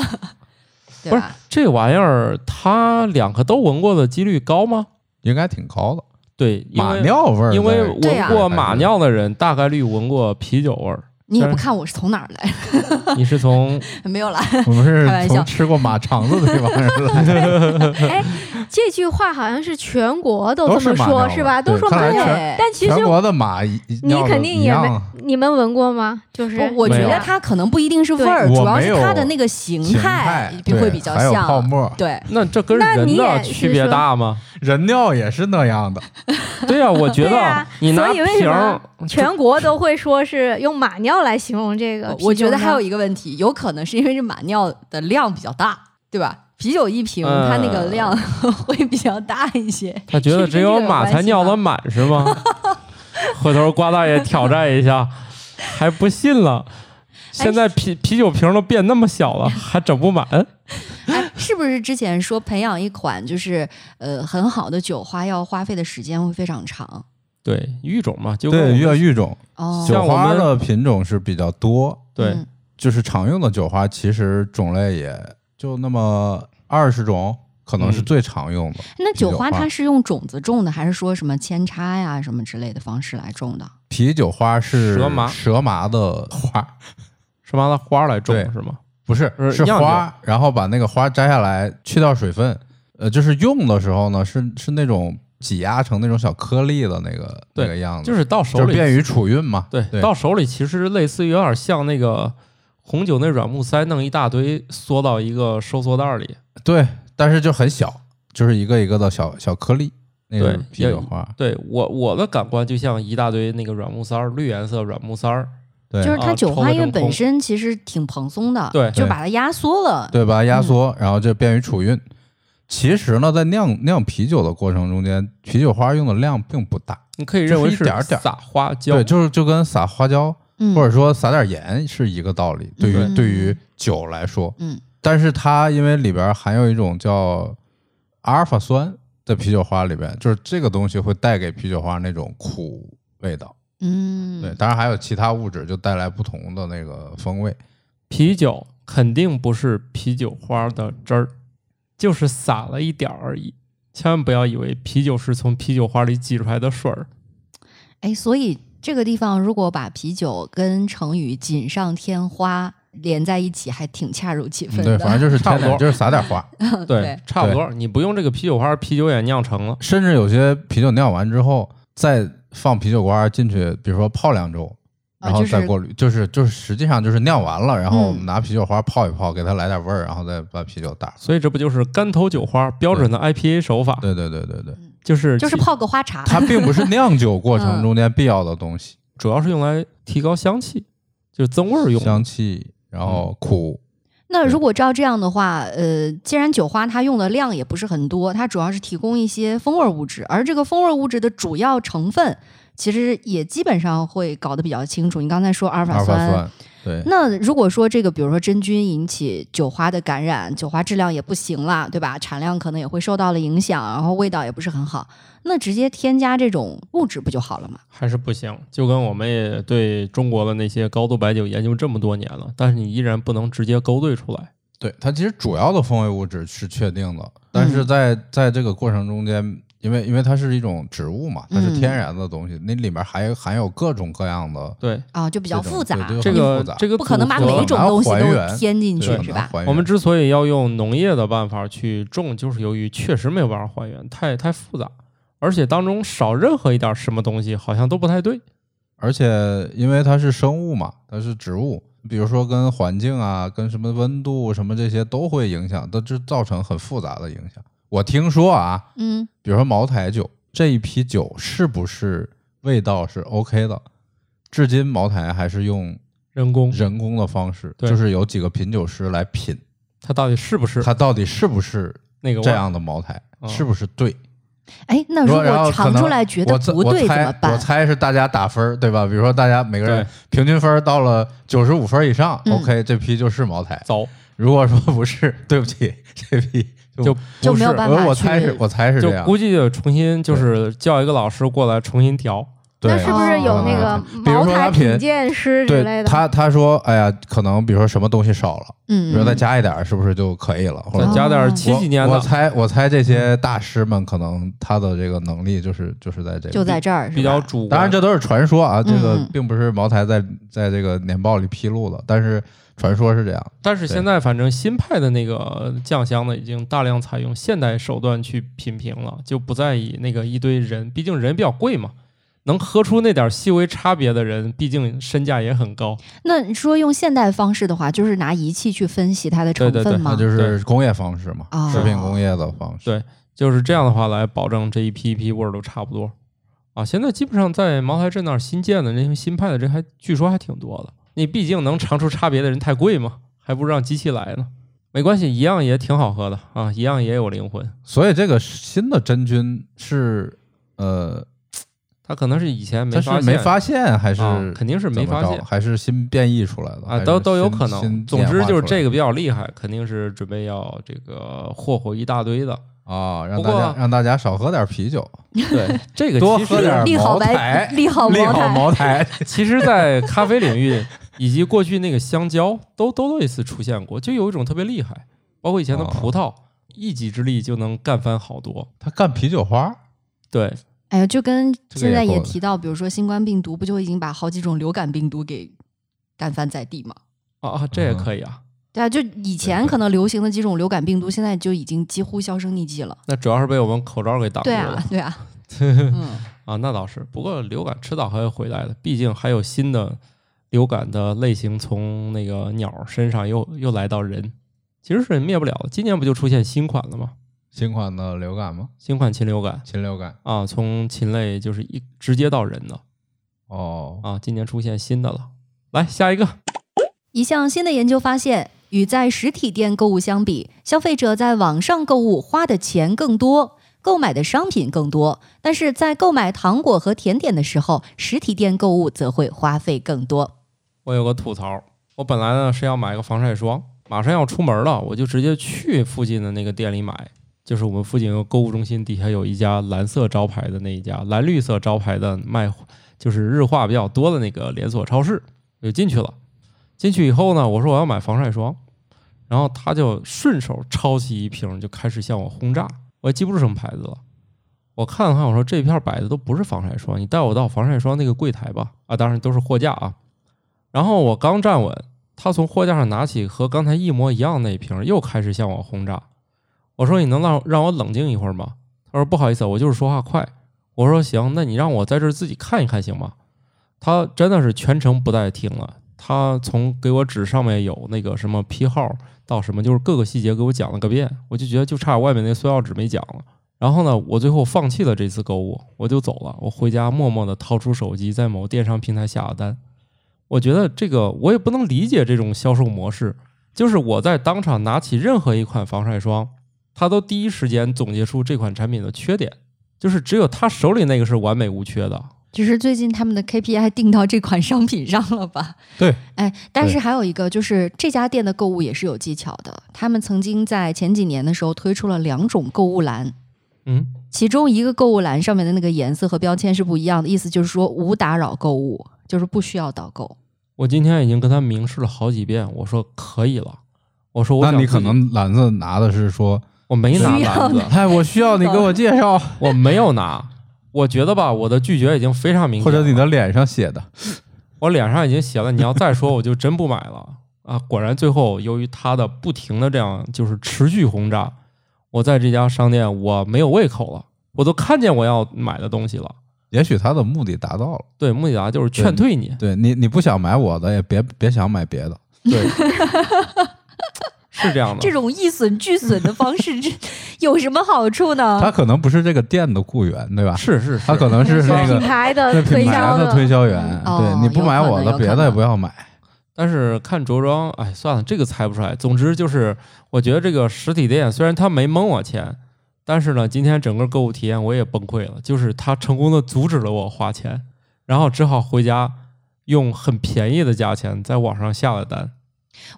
对不是吧？这玩意儿，它两个都闻过的几率高吗？应该挺高的，对，因马为尿味儿在，啊因为对呀闻过马尿的人，大概率闻过啤酒 味儿。你也不但是看我是从哪儿来你是从的，没有啦。 我们开玩是笑 从吃过马肠子的地方人来的。哎，这句话好像是全国都都这么是马说，尿是吧？对都说看马来尿全对但其实全国的马一你尿肯的定一也样没啊，你们闻过吗？就是不我觉没有得它可能不一定是味儿，对主我要没是有它的那个形形态比对会比较还有泡像。沫，对，那这跟那人你的也区是别说大吗？人尿也是那样的，对呀、我觉对得呀啊你拿所以为什瓶儿么，全国都会说是用马尿来形容这个啤酒呢？我觉得还有一个问题，有可能是因为这马尿的量比较大，对吧？啤酒一瓶，嗯它那个量 会比较大一些。他觉得是只跟这有个有马关才系尿吗得满是 吗？回头瓜大爷挑战一下，还不信了。哎现在啤啤酒瓶都变那么小了，还整不满？哎，是不是之前说培养一款就是呃很好的酒花要花费的时间会非常长？对，育种嘛，就跟我对，们越育种，哦，像酒我花们的品种是比较多，对嗯就是常用的酒花其实种类也就那么二十种，可能是嗯最常用的。那啤酒酒花花它是用种子种的，还是说什么扦插呀什么之类的方式来种的？啤酒花是蛇麻蛇麻的花，是拿它花来种对是吗？不是是是酿酒花，然后把那个花摘下来，去掉水分。呃，就是用的时候呢，是是那种挤压成那种小颗粒的那个对那个样子，就是到手就里是便于储运嘛。对，对，到手里其实类似于有点像那个红酒那软木塞，弄一大堆缩到一个收缩袋里。对，但是就很小，就是一个一个的小小颗粒，那个对啤酒花。对我我的感官就像一大堆那个软木塞儿，绿颜色软木塞儿。对，就是它啊酒抽花个因为真空本身其实挺蓬松的，对就把它压缩了。对，把它压缩，然后就便于储运。其实呢，在酿酿啤酒的过程中间，啤酒花用的量并不大，你可以就是认为一点儿点儿撒花椒，对，就是就跟撒花椒嗯，或者说撒点盐是一个道理。对于嗯对于酒来说，嗯，但是它因为里边含有一种叫阿尔法酸在啤酒花里边，就是这个东西会带给啤酒花那种苦味道。嗯，对，当然还有其他物质就带来不同的那个风味。啤酒肯定不是啤酒花的汁儿，就是撒了一点儿而已。千万不要以为啤酒是从啤酒花里挤出来的水儿。哎，所以这个地方如果把啤酒跟成语“锦上添花”连在一起，还挺恰如其分嗯的。对，反正就是差不添多点就是撒点花。嗯对差不多。你不用这个啤酒花，啤酒也酿成了。甚至有些啤酒酿完之后，再放啤酒花进去，比如说泡两周，啊然后就是再过滤，就是就是实际上就是酿完了，然后嗯我们拿啤酒花泡一泡，给它来点味儿，然后再把啤酒打。所以这不就是干头酒花标准的 IPA 手嗯法？对对对对对，就是就是其泡个花茶，它并不是酿酒过程中间必要的东西，主要是用来提高香气，就是增味嗯儿用的。香气，然后苦，那如果照这样的话，呃，既然酒花它用的量也不是很多，它主要是提供一些风味物质，而这个风味物质的主要成分其实也基本上会搞得比较清楚。你刚才说阿尔阿法尔法酸，酸，对那如果说这个，比如说真菌引起酒花的感染，酒花质量也不行啦，对吧？产量可能也会受到了影响，然后味道也不是很好，那直接添加这种物质不就好了吗？还是不行，就跟我们也对中国的那些高度白酒研究这么多年了，但是你依然不能直接勾兑出来。对，它其实主要的风味物质是确定的，但是在嗯在这个过程中间。因为因为它是一种植物嘛，嗯它是天然的东西，那里面还有含有各种各样的对，啊，就比较这种复杂，对这很个复杂哎这个不可能把组合每一种东西都添进去对，是很难吧？还我们原之所以要用农业的办法去种，就是由于确实没有办法还原，太太复杂，而且当中少任何一点什么东西，好像都不太对。而且因为它是生物嘛，它是植物，比如说跟环境啊、跟什么温度什么这些都会影响，都这造成很复杂的影响。我听说啊，嗯，比如说茅台酒这一批酒是不是味道是 OK 的？至今茅台还是用人工人工的方式，对就是有几个品酒师来品，它到底是不是它到底是不是那个味这儿？样的茅台，哦是不是对？哎，那如如果然后果可尝能出来觉得我自不对我怎猜么办我？猜是大家打分儿对吧？比如说大家每个人对平均分儿到了九十五分以上、嗯 o k 这批就是茅台。糟，如果说不是，对不起，这批就就没有不是呃办法我我去猜是，我猜是这就样。估计得重新就是叫一个老师过来重新调。对，啊那是不是有那个比如茅说台拉品品鉴师之类对的？他他说，哎呀，可能比如说什么东西少了，比嗯，哦如再加一点儿，是不是就可以了？或者再加点儿七几年我的我猜我猜这些大师们可能他的这个能力就是就是在这个就在这儿是比较吧主观，当然，这都是传说啊，这个嗯并不是茅台在在这个年报里披露的，但是传说是这样。但是对现在反正新派的那个酱香呢，已经大量采用现代手段去品评了，就不再以那个一堆人，毕竟人比较贵嘛，能喝出那点细微差别的人，毕竟身价也很高。那你说用现代方式的话，就是拿仪器去分析它的成对对分对吗？那就是工业方式嘛哦，食品工业的方式。对就是这样的话来保证这一批一批味儿都差不多。啊，现在基本上在茅台镇那儿新建的那些新派的人还据说还挺多的。你毕竟能尝出差别的人太贵嘛，还不如让机器来呢。没关系，一样也挺好喝的啊，一样也有灵魂。所以这个新的真菌是呃，他可能是以前没它发是现，没发现还是啊肯定是没怎么发着现还是新变异出来的啊，都都有可能。总之就是这个个比较厉害，肯定是准备要这个霍霍一大堆 的。啊，让不大过家让大家少喝点啤酒，对，这个多其喝实点儿利好茅白台， 利好利茅好台，茅台。其实，在咖啡领域以及过去那个香蕉都都类似出现过，就有一种特别厉害，包括以前的葡萄，一己之力就能干翻好多。 他干啤酒花，对，哎呀，就跟这个现也在够也了提到，比如说新冠病毒，不就已经把好几种流感病毒给干翻在地吗？啊啊，这也可以啊。对啊，就以前可能流行的几种流感病毒，现在就已经几乎销声匿迹了。那主要是被我们口罩给挡住对了啊，对啊， 嗯，啊那倒是。不过流感迟早还会回来的，毕竟还有新的流感的类型从那个鸟身上又又来到人，其实是灭不了的。今年不就出现新款了吗？新款的流感吗？新款禽流感禽流感啊，从禽类就是一直接到人的哦，啊，今年出现新的了。来下一个，一项新的研究发现，与在实体店购物相比，消费者在网上购物花的钱更多，购买的商品更多，但是在购买糖果和甜点的时候，实体店购物则会花费更多。我有个吐槽，我本来呢是要买个防晒霜，马上要出门了，我就直接去附近的那个店里买。就是我们附近有个购物中心，底下有一家蓝色招牌的那一家，蓝绿色招牌的卖，就是日化比较多的那个连锁超市，我就进去了。进去以后呢，我说我要买防晒霜，然后他就顺手抄起一瓶就开始向我轰炸，我也记不住什么牌子了。我看了看，我说这片摆的都不是防晒霜，你带我到防晒霜那个柜台吧。啊，当然都是货架啊。然后我刚站稳，他从货架上拿起和刚才一模一样那一瓶，又开始向我轰炸。我说：“你能让让我冷静一会儿吗？”他说：“不好意思，我就是说话快。”我说：“行，那你让我在这儿自己看一看行吗？”他真的是全程不带停了，他从给我纸上面有那个什么批号到什么，就是各个细节给我讲了个遍，我就觉得就差外面那塑料纸没讲了。然后呢，我最后放弃了这次购物，我就走了。我回家默默地掏出手机，在某电商平台下了单。我觉得这个我也不能理解这种销售模式，就是我在当场拿起任何一款防晒霜，他都第一时间总结出这款产品的缺点，就是只有他手里那个是完美无缺的。只是最近他们的 KPI 定到这款商品上了吧？对，哎，但是对还有一个就是这家店的购物也是有技巧的。他们曾经在前几年的时候推出了两种购物栏，嗯，其中一个购物栏上面的那个颜色和标签是不一样的，意思就是说无打扰购物，就是不需要导购。我今天已经跟他明示了好几遍，我说可以了，我说我那想你自己可能篮子拿的是说，我没拿需要篮子，哎，我需要你给我介绍，我没有拿。我觉得吧，我的拒绝已经非常明显了，或者你的脸上写的，我脸上已经写了，你要再说我就真不买了啊！果然，最后由于他的不停的这样就是持续轰炸，我在这家商店我没有胃口了，我都看见我要买的东西了。也许他的目的达到了。对，穆迪达就是劝退你，对你，你不想买我的，也别别想买别的。对，是这样这的。种一损俱损的方 式，这有什么好处他啊呢？可能不是这个店的雇员，对吧？是是他是，可能是那品个牌那的推品销牌的推销员。哦对，你不买我有的，可能别的也不要买。但是看着装，哎，算了，这个猜不出来。总之就是，我觉得这个实体店虽然他没蒙我钱，但是呢，今天整个购物体验我也崩溃了，就是他成功的阻止了我花钱，然后只好回家用很便宜的价钱在网上下了单。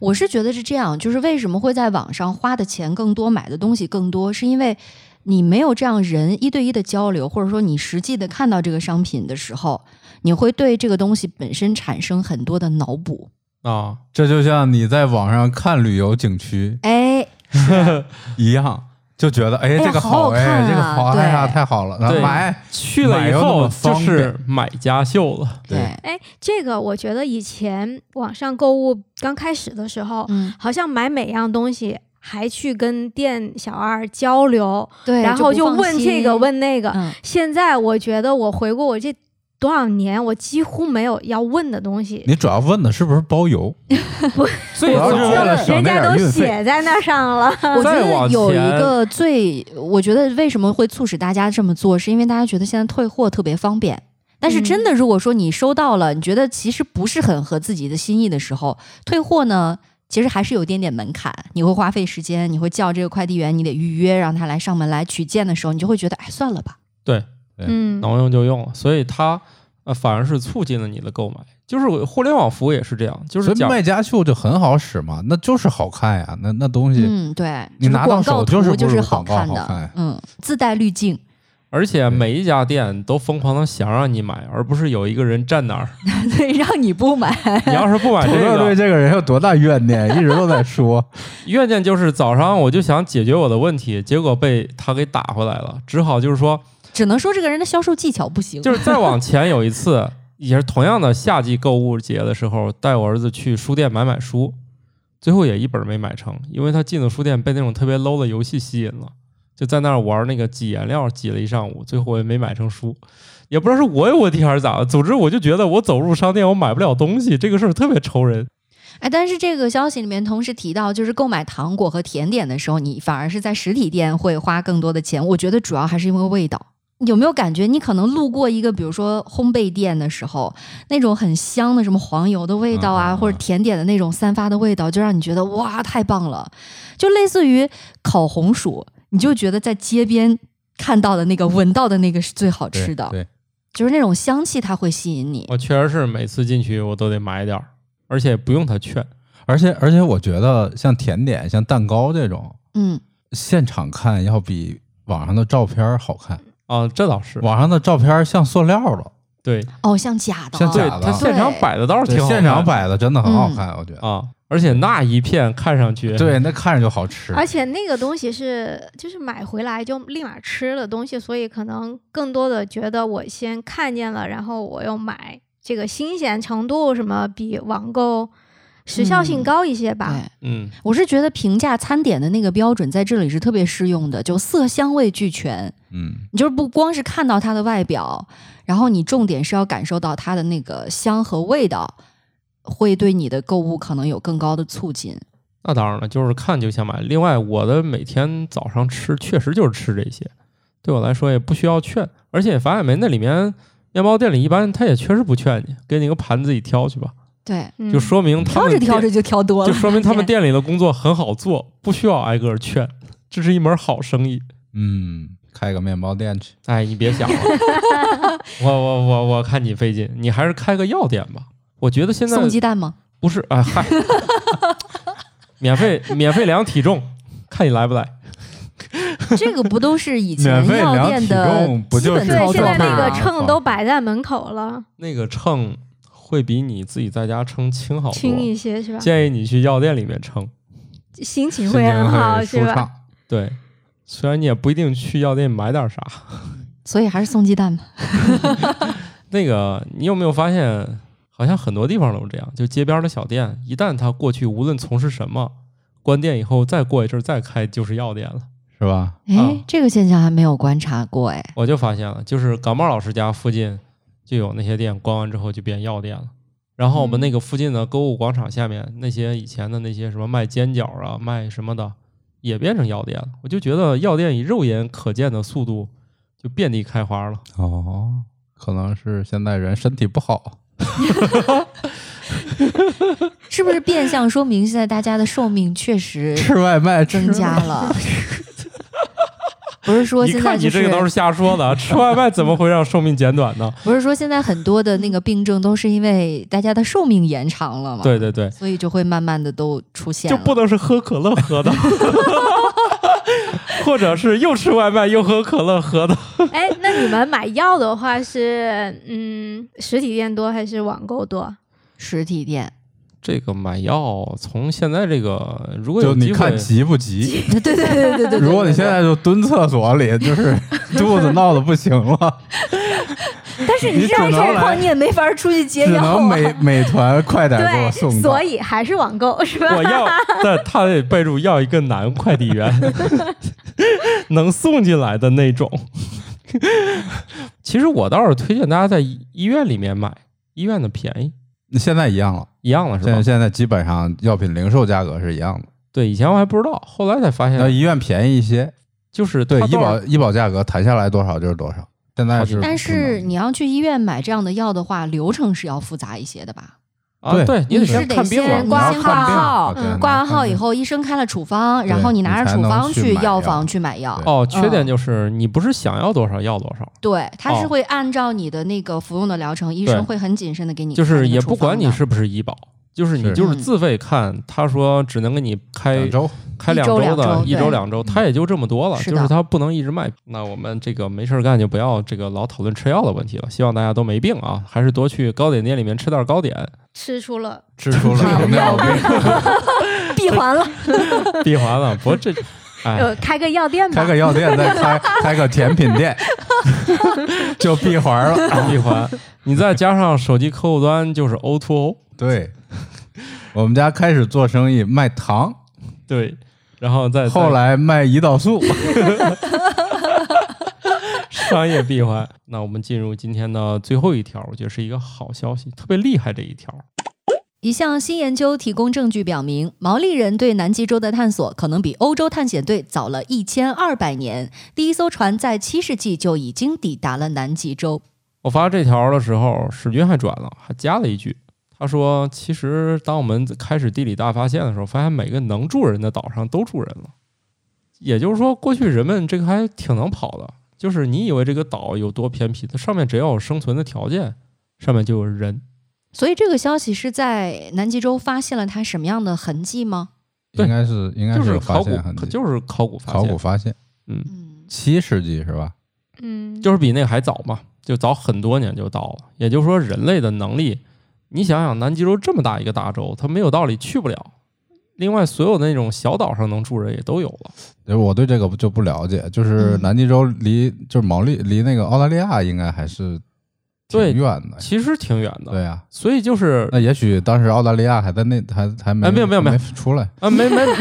我是觉得是这样，就是为什么会在网上花的钱更多，买的东西更多，是因为你没有这样人一对一的交流，或者说你实际的看到这个商品的时候，你会对这个东西本身产生很多的脑补。啊，这就像你在网上看旅游景区哎，一样，就觉得哎呀这个好好哎、看啊这个好哎呀对太好了，然后对买去了以买又那后么就方便是买家秀 了。对，哎，这个我觉得以前网上购物刚开始的时候，嗯，好像买每样东西还去跟店小二交流，对，然后就不放问这心个，问那个。嗯，现在我觉得我回顾我这多少年，我几乎没有要问的东西，你主要问的是不是包邮？最主要是为了省人那家点都儿运费。写在那上 了。我觉再得往有一前个最，我觉得为什么会促使大家这么做，是因为大家觉得现在退货特别方便。但是嗯真的，如果说你收到了，你觉得其实不是很合自己的心意的时候，退货呢，其实还是有一点点门槛，你会花费时间，你会叫这个快递员，你得预约，让他来上门来取件的时候，你就会觉得，哎，算了吧。嗯，能用就用，所以它呃反而是促进了你的购买。就是我互联网服务也是这样，就是所以讲卖家秀就很好使嘛，那就是好看呀，那那东西、嗯，对，你就是拿到广手告就图是就不是如好广告看好的，看嗯，自带滤镜， 而且每一家店都疯狂的想让你买，而不是有一个人站那 儿。对，让你不买， 你要是不买土这豆对个，哎这个人有多大怨念，一直都在说。怨念就是早上我就想解决我的问题，结果被他给打回来了，只好就是说，只能说这个人的销售技巧不 行。就是再往前有一次， 也是同样的夏季购物节的时候，带我儿子去书店买买书，最后也一本没买成，因为他进了书店被那种特别 low 的游戏吸引了，就在那儿玩那个挤颜料挤了一上午，最后我也没买成书，也不知道是我有问题还是咋的，总之我就觉得我走入商店我买不了东西，这个事儿特别愁人。哎，但是这个消息里面同时提到，就是购买糖果和甜点的时候，你反而是在实体店会花更多的钱。我觉得主要还是因为味道。有没有感觉，你可能路过一个，比如说烘焙店的时候，那种很香的什么黄油的味道嗯啊，嗯嗯或者甜点的那种散发的味道，就让你觉得哇，太棒了！就类似于烤红薯，你就觉得在街边看到的那个、闻到的那个是最好吃的，对，就是那种香气，它会吸引你。我确实是每次进去我都得买点儿，而且不用他劝。而且而且我觉得像甜点、像蛋糕这种，嗯，现场看要比网上的照片儿好看。啊，这倒是，网上的照片儿像塑料了，对哦，像假的啊，像对假，的他现场对摆的倒是哦挺好看的，现场摆的真的很好看，我觉得。啊，而且那一片看上去对，那看着就好吃。而且那个东西是就是买回来就立马吃的东西，所以可能更多的觉得我先看见了，然后我又买，这个新鲜程度什么比网购时效性嗯高一些吧。对嗯，我是觉得评价餐点的那个标准在这里是特别适用的，就色香味俱全。嗯，你就是不光是看到它的外表，然后你重点是要感受到它的那个香和味道，会对你的购物可能有更高的促进。那当然了，就是看就想买。另外，我的每天早上吃确实就是吃这些，对我来说也不需要劝，而且法海梅那里面面包店里一般他也确实不劝你，给你个盘自己挑去吧，对，嗯就说明他挑们着挑店着就挑多了，就说明他们店里的工作很好做，不需要挨个儿劝，这是一门好生意。嗯，开个面包店去。哎，你别想了， 我我我我看你费劲，你还是开个药店吧。我觉得现在送鸡蛋吗？不是啊， 嗨，免费免费量体重，看你来不来。这个不都是以前 免费药量店体的重不基就本是对，操现作在那吗啊个秤都摆在门口了，那个秤会比你自己在家称轻好轻一多，些是吧？建议你去药店里面称。心情心会情很好舒是吧？畅。对，虽然你也不一定去药店买点啥。所以还是送鸡蛋吧。那个，你有没有发现，好像很多地方都是这样？就街边的小店，一旦他过去无论从事什么，关店以后再过一阵儿再开就是药店了。是吧？哎、啊这个现象还没有观察过哎。我就发现了，就是感冒老师家附近就有那些店关完之后就变药店了。然后我们那个附近的购物广场下面那些以前的那些什么卖煎饺啊、卖什么的，也变成药店了。我就觉得药店以肉眼可见的速度就遍地开花了。哦，可能是现在人身体不好。是不是变相说明现在大家的寿命确实吃外卖吃增加 了？不是说你现在看就你这个都是瞎说的，吃外卖怎么会让寿命减短呢？不是说现在很多的那嗯个病症都是因为大家的寿命延长了嘛？，对对对，所以就会慢慢的都出现就了。 不能是喝可乐喝的。或者是又吃外卖又喝可乐，喝的哎，那你们买药的话是嗯实体店多还是网购多？实体店， 这个买药，从现在这个如果就有你机会看，急不急？对对对对 对对。如果你现在就蹲厕 所里，就是肚子闹得不行了，但是你你这样只能状来况，你也没法出去接只药能啊。美 美团快点给对我送，到所。以还是网购是吧？我要，但他得备注要一个男快递员， 能送进来的那种。 其实我倒是推荐大家在医院里面买，医院的便宜现在一样了，一样了是现在吧？现在基本上药品零售价格是一样的，对，以前我还不知道，后来才发那现，医院便宜一些。就是呃对它，医倒保医保价格谈下来多少就是多少。现在是不能的，但是你要去医院买这样的药的话，流程是要复杂一些的吧？啊，对对你你得是去得看病先了，挂你要挂看病啊号对你要，挂完号看以病后，医生开了处方，然对后你拿你着才处能方去买啊药药房去买药。哦，缺点嗯就是你不是想要多少要多少，对，他是哦会按照你的那个服用的疗程，医对生会很谨慎的给你就开那是个也处不管方你的是不是医保，就是你是嗯就是嗯自费看，他说只能给你开两哎周开一两周周两的，周一周对两周，嗯它也就这么多了，是就是的它不能一直卖。那我们这个没事儿干就不要这个老讨论吃药的问题了，希望大家都没病啊，还是多去糕点店里面吃点糕点，吃出了 吃 出了 糖尿病，闭环了。闭环了。不过这，哎， 呃开个药店吧开，个药店，再开开个甜品 店，就闭环了。闭环，你再加上手机客户端就是 O to O，对， 我们家开始做生意卖糖，哎对，然后再后来卖胰岛素。 商业闭环。那我们进入今天的最后一条，我觉得是一个好消息，特别厉害这一条。一项新研究提供证据表明，毛利人对南极洲的探索可能比欧洲探险队早了一千二百年。第一艘船在七世纪就已经抵达了南极洲。我发这条的时候，史军还转了，还加了一句，他说：“其实当我们开始地理大发现的时候，发现每个能住人的岛上都住人了。也就是说，过去人们这个还挺能跑的，就是你以为这个岛有多偏僻，它上面只要有生存的条件，上面就有人。所以这个消息是在南极洲发现了它什么样的痕迹吗？对应该是应该就是有考发古现痕，迹，就是考古发考现，古发现，嗯，七世纪是吧？嗯，就是比那个还早嘛，就早很多年就到了。也就是说，人类的能力，你想想，南极洲这么大一个大洲，它没有道理去不了。另外，所有的那种小岛上能住人也都有了。就是我对这个就不了解，就是嗯南极洲离就是毛利离那个澳大利亚应该还是挺对远的，其实挺远的，哎对哎呀、所以就是那也许当时澳大利亚还在那还还没哎没有没有还没有出来，啊，没 没，没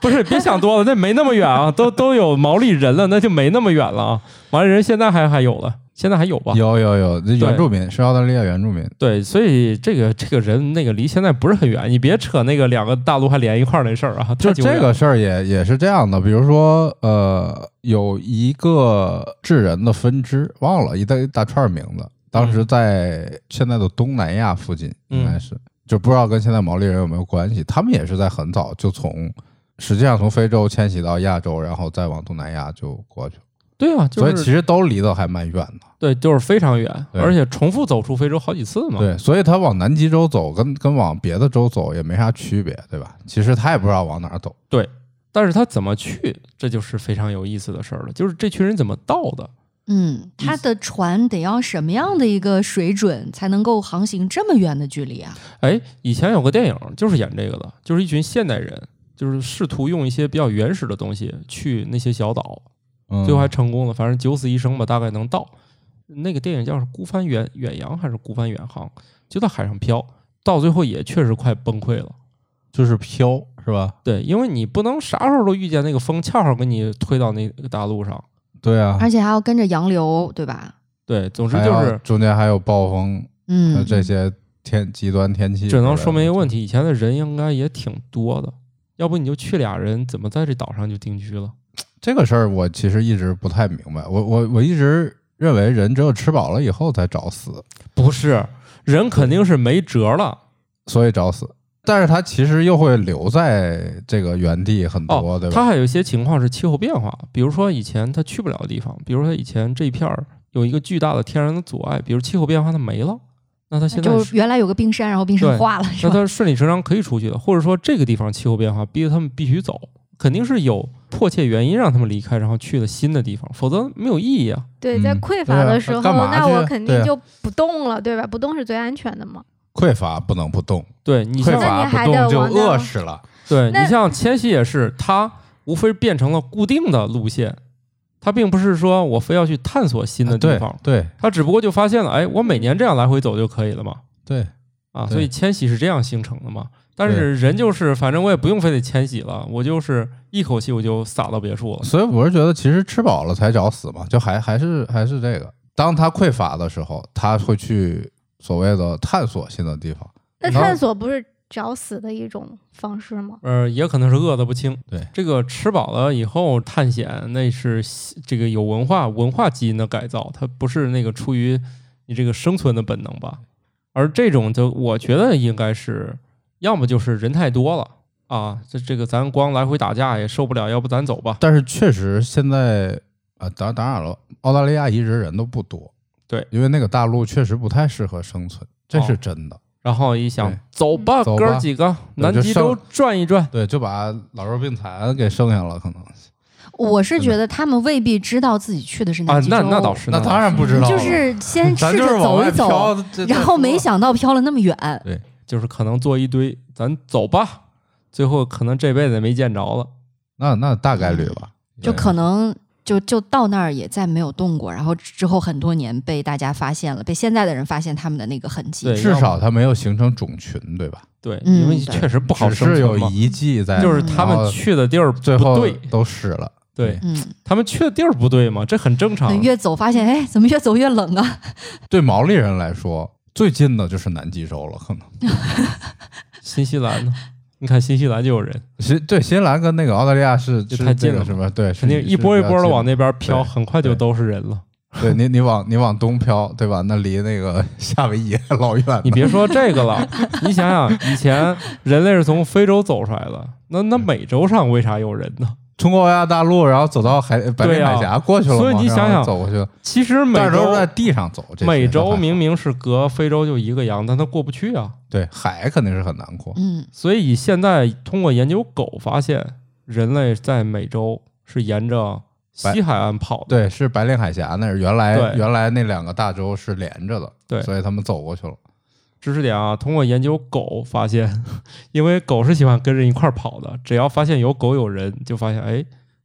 不是，别想多了，那没那么远啊，都都有毛利人了，那就没那么远了啊。毛利人现在还还有了，现在还有吧？有有有，这对原住民是澳大利亚原住民，对，所以这个这个人那个离现在不是很远，你别扯那个两个大陆还连一块儿那事儿啊，就太久远这了个事儿也也是这样的，比如说呃，有一个智人的分支，忘了一大一大串名字，当嗯时在现在的东南亚附近，应该是、就不知道跟现在毛利人有没有关系，他们也是在很早就从实际上从非洲迁徙到亚洲，然后再往东南亚就过去了，对啊，就所以其是实都离得还蛮远的。对，就是非常远，对而且重复走出非洲好几次嘛。对，所以他往南极洲走，跟跟往别的州走也没啥区别，对吧？其实他也不知道往哪儿走。但是他怎么去，这就是非常有意思的事儿了，就是这群人怎么到的。嗯，它的船得要什么样的一个水准才能够航行这么远的距离啊？哎，以前有个电影就是演这个的，就是一群现代人，就是试图用一些比较原始的东西去那些小岛，嗯最后还成功了，反正九死一生吧，大概能到。那个电影叫是《孤帆远远洋》还是《孤帆远航》，就在海上漂，到最后也确实快崩溃了。就是飘，是吧？对，因为你不能啥时候都遇见那个风，恰好给你推到那个大陆上。对啊，而且还要跟着洋流，对吧？对，总之还就要是中间还有暴风，还有嗯，这些天极端天气，只能说明一个问题。题：以前的人应该也挺多的，要不你就去俩人，怎么在这岛上就定居了？这个事儿我其实一直不太明白，我我我一直认为人只有吃饱了以后才找死，不是，人肯定是没辙了。所以找死。但是他其实又会留在这个原地很多，对哦它吧？还有一些情况是气候变化，比如说以前它去不了的地方，比如说以前这一片儿有一个巨大的天然的阻碍，比如气候变化它没了，那它现在呃就是是原来有个冰山，然后冰对山化了，是那吧？它顺理成章可以出去的，或者说这个地方气候变化逼得他们必须走，肯定是有迫切原因让他们离开，然后去了新的地方，否则没有意义啊。对，在嗯匮乏对啊的时候，干嘛那去我啊肯对定啊就不动了，对吧？不动是最安全的嘛。匮乏不能不动，对你匮像乏那你还不得动就往那饿死了。对那你像千玺也是，他无非变成了固定的路线，他并不是说我非要去探索新的地啊对方，对他只不过就发现了，哎，我每年这样来回走就可以了嘛，对，啊，对所以迁徙是这样形成的嘛。但是人就是，反正我也不用非得迁徙了，我就是一口气我就撒到别处了。所以我是觉得，其实吃饱了才找死嘛，就还还是还是这个。当他匮乏的时候，他会去所谓的探索新的地方。那然后探索不是找死的一种方式吗？呃，也可能是饿得不轻。对这个吃饱了以后探险，那是西这个有文化文化基因的改造，它不是那个出于你这个生存的本能吧？而这种就我觉得应该是，要么就是人太多了啊，这这个咱光来回打架也受不了，要不咱走吧？但是确实现在啊，当、当然了，澳大利亚移植人都不多，对，哦因为那个大陆确实不太适合生存，这是真的。然后一想对，走吧，走哥儿吧几个，对南就极上洲转一转。对，就把老弱病残给剩下了，可能我是觉得他们未必知道自己去的是啊南极，洲，那那倒是，那当然不知嗯道了，就是先 咱试就是着往走外一走，飘，这然后没，想到飘了那么远。就是可能做一堆，咱走吧，最后可能这辈子也没见着了。这那那大概率吧，嗯就对可能就就到那儿也再没有动过，然后之后很多年被大家发现了，被现在的人发现他们的那个痕迹对。至少它没有形成种群，对吧？对，嗯因为对确实不好只生是有存嘛，遗迹在，就是嗯他然们后去的地儿最不后对，都死了。对嗯，他们去的地儿不对嘛，这很正常。越走发现，哎，怎么越走越冷啊？对毛利人来说，最近的就是南极洲了，可能。新西兰呢？你看新西兰就有人，新对新西兰跟那个澳大利亚是就是太近这个了是吧？对，肯定是一波一波的往。那边飘，对很快就都是人了。是比较近对你，你往你往东飘，对吧？那离那个 夏威夷还老远呢。你别说这个 了，你想想以前人类是从非洲走出来的，那那美洲上为啥有人呢？冲过欧亚大陆，然后走到海白对令呀海峡过去了嘛，所以你然想后想走过去了，其实美但是都是在洲地上走。这些美都洲还明明是隔非洲就一个洋，但它过不去啊。对海肯定是很难过。嗯，所以现在通过研究狗发现，人类在美洲是沿着西海岸跑的。对，是白令海峡那儿，原来对原来那两个大洲是连着的，对所以他们走过去了。知识点啊，通过研究狗发现， 因为狗是喜欢跟人一块儿跑的，只要发现有狗有人，就发现哎，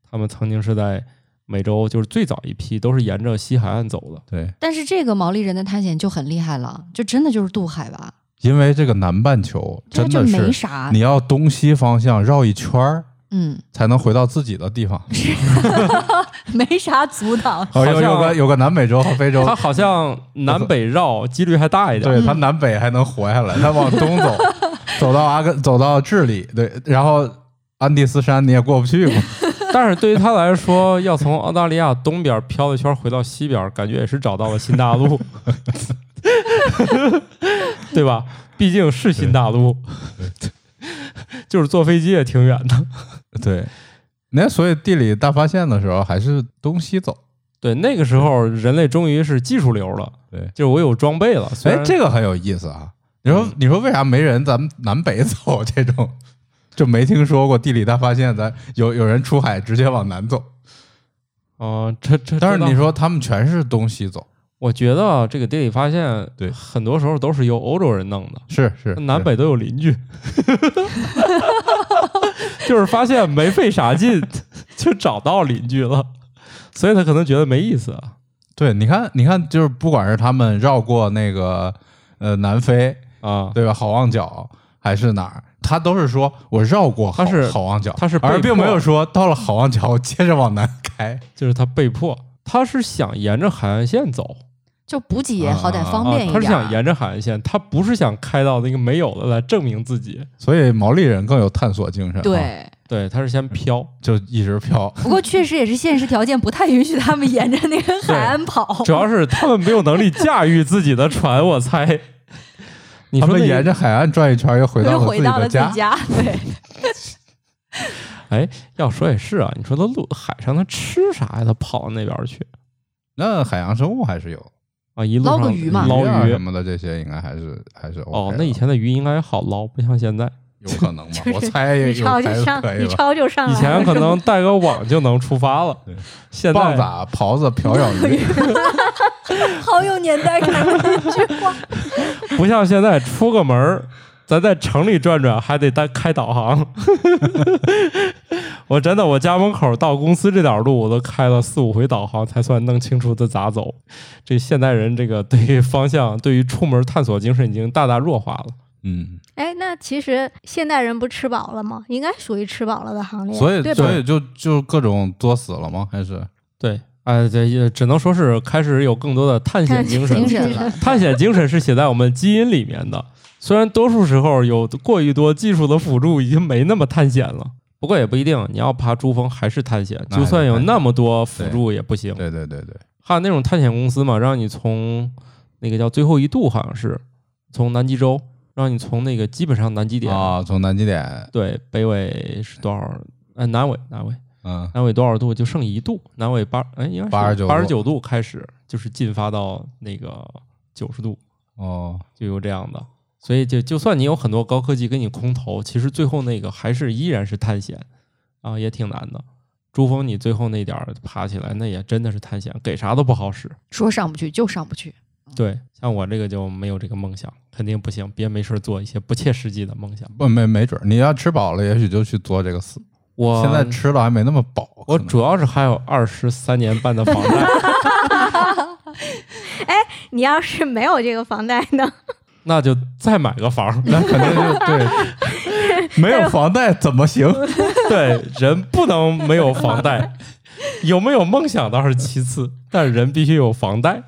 他们曾经是在美洲，就是最早一批都是沿着西海岸走的。对，但是这个毛利人的探险就很厉害了，就真的就是渡海吧，因为这个南半球它真就的没是啥你。要东西方向绕一圈儿嗯，才能回到自己的地方。 没啥阻挡。好哦，像有有个有个南美洲和非洲它，好嗯像南北绕几率还大一点。对他南北还能活下来，他往东走，走到阿根，走到智利，对，然后安第斯山你也过不去 嘛。但是对于它来说，要从澳大利亚东边飘一圈回到西边，感觉也是找到了新大陆， 对吧？毕竟是新大陆，就是坐飞机也挺远的。对，那所以地理大发现的时候还是东西走。对，那个时候人类终于是技术流了，对就是我有装备了。虽哎然，嗯这个很有意思啊！你说、你说为啥没人咱们南北走这种？ 就没听说过地理大发现，咱有有人出海直接往南走，啊、这这，但是这倒你，说他们全是东西走，我觉得这个地理发现，对很多时候都是由欧洲人弄的，是是南北都有邻 居，就是发现没费啥劲就找到邻居了，所以他可能觉得没意思啊。对，你看你看，就是不管是他们绕过那个呃南非，啊，对吧？好望角还是哪儿？他都是说我绕过好他是好望角，他是被而并没迫有说到了好望角我接着往南开。就是他被迫，他是想沿着海岸线走，就补给也好歹方啊便，一他是点儿。想沿着海岸线，他不是想开到那个没有的来证明自己，所以毛利人更有探索精神、啊，，对，对，他是先 飘。就一直飘。不过确实也是现实条件不太允许他们沿着那个海岸跑。主 要是他们没有能力驾驭自己的船，我猜。你他说们那沿个着海岸转一圈，又回又到了回到了的自己家，对， 要说也是啊，你说他陆海上他吃啥呀？他跑到那边儿去那海洋生物还是有啊，一路捞上个鱼嘛捞啊鱼什么的，这些应该还是还是 OK 嗯哦，的那以前的鱼应该好捞，不像现在。有可能吗？就是我猜你也有抄可就上，你以吧。抄就啊上来以了。前可 能带个网就能出发了对，现棒在打、狍子、瓢 舀鱼，好有年代感的一句话。不像现在出个门儿，咱在城里转转还得带开导航。 我真的，我家门口到公司这点儿路，我都开了四五回导航，才算弄清楚这咋走。这现代人这个对于方向、对于出门探索精神已经大大弱化了。嗯，哎，那其实现代人不吃饱了吗？应该属于吃饱了的行列，所以对吧所？以就就各种作死了吗？还是对，哎，这也只能说是开始有更多的探险精神探险精神了探险精神是写在我们基因里面的，虽然多数时候有过于多技术的辅助，已经没那么探险了。不过也不一定，你要爬珠峰还是探险，那还就是算有那么多辅助也不行。对对对对，还有那种探险公司嘛，让你从那个叫最后一度，好像是从南极洲，让你从那个基本上南极点，啊，从南极点，对，北纬是多少？呃，南纬，南纬，嗯，南纬多少度就剩一度，南纬八哎应该89度八十九度开始就是进发到那个九十度，哦，就有这样的。所以就就算你有很多高科技给你空投，其实最后那个还是依然是探险啊，也挺难的。珠峰你最后那点儿爬起来，那也真的是探险，给啥都不好使。 说上不去就上不去，对，像我这个就没有这个梦想，肯定不行。别没事儿做一些不切实际的梦想。不没没准儿，你要吃饱了，也许就去做这个死。我现在吃了还没那么饱，我可能主要是还有二十三年半的房贷。你要是没有这个房贷呢？那就再买个房，那肯定就对，没有房贷怎么行？对，人不能没有房贷，有没有梦想倒是其次，但是人必须有房贷。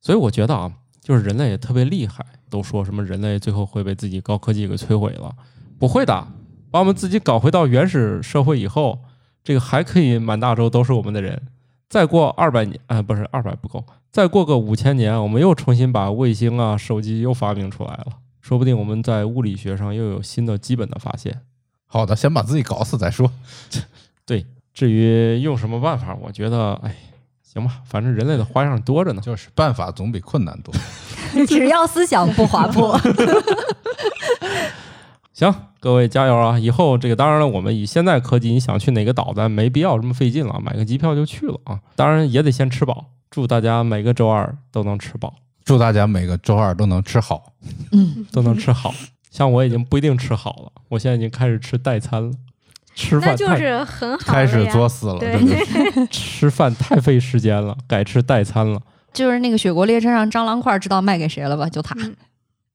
所以我觉得啊，就是人类也特别厉害，都说什么人类最后会被自己高科技给摧毁了，不会的，把我们自己搞回到原始社会以后，这个还可以满大洲都是我们的人。再过二百年，啊、不是二百不够，再过个五千年，我们又重新把卫星啊、手机又发明出来了，说不定我们在物理学上又有新的基本的发现。好的，先把自己搞死再说。对，至于用什么办法，我觉得，哎，行吧，反正人类的花样多着呢。就是办法总比困难多。只要思想不滑 坡。行，各位加油啊！以后这个当然了，我们以现在科技，你想去哪个岛，咱没必要这么费劲了，买个机票就去了啊。当然也得先吃饱，祝大家每个周二都能吃 饱，祝大家每个周二都能吃好。嗯，都能吃好。像我已经不一定吃好了，我现在已经开始吃代餐了。吃那饭就太是很好开的始呀作死了，对真的是吃饭太费时间了，改吃代餐了。就是那个雪国列车上蟑螂块，知道卖给谁了吧？就他。嗯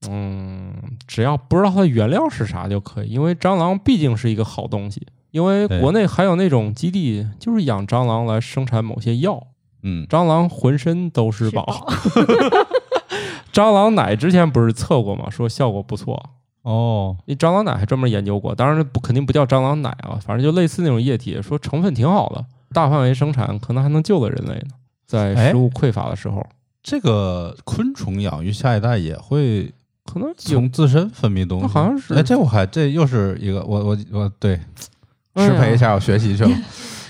嗯，只要不知道它的原料是啥就可以，因为蟑螂毕竟是一个好东西。因为对国内还有那种基地，就是养蟑螂来生产某些药，嗯，蟑螂浑身都是吃宝。 蟑螂奶之前不是测过吗？说效果不错。哦，那蟑螂奶还专门研究过，当然不肯定不叫蟑螂奶啊，反正就类似那种液体，说成分挺好的，大范围生产可能还能救了人类呢。在哎食物匮乏的时候，这个昆虫养育下一代也会可能有从自身分泌东西，那好像是哎，这我还这又是一个，我我我对，哎呀失陪一下，我学习 去了。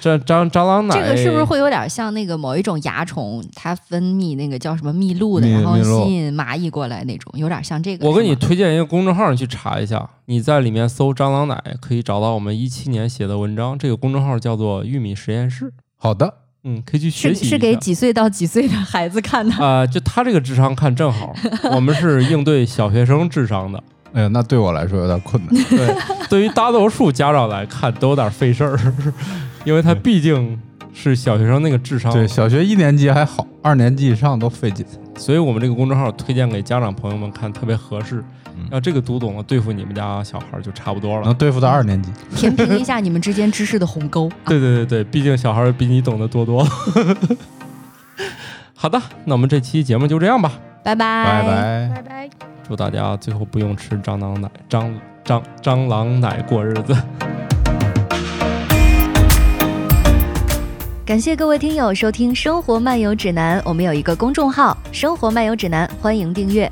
这蟑蟑螂奶这个是不是会有点像那个某一种蚜虫，它分泌那个叫什么蜜露的，蜜然后蜜露吸引蚂蚁嗯过来那种，有点像这个。我给是你吗推荐一个公众号，你去查一下，你在里面搜“蟑螂奶”，可以找到我们一七年写的文章。这个公众号叫做“玉米实验室好的，”，嗯，可以去学是习一下。是给几岁到几岁的孩子看的？啊、就他这个智商看正好，我们是应对小学生智商的。哎呀，那对我来说有点困难。对，对于大多数家长来看都有点费事儿， 因为他毕竟是小学生那个智商，对，小学一年级还好，二年级以上都费劲。所以我们这个公众号推荐给家长朋友们看特别合适。嗯要这个读懂了，对付你们家小孩儿就差不多了能。对付到二年级， 填平一下你们之间知识的鸿沟。 对对对对，毕竟小孩儿比你懂得多多。 好的，那我们这期节目就这样吧。拜拜拜。拜拜。拜。祝大家最后不用吃蟑螂奶，蟑蟑蟑螂奶过日子。感谢各位听友收听《生活漫游指南》，我们有一个公众号《生活漫游指南》，欢迎订阅。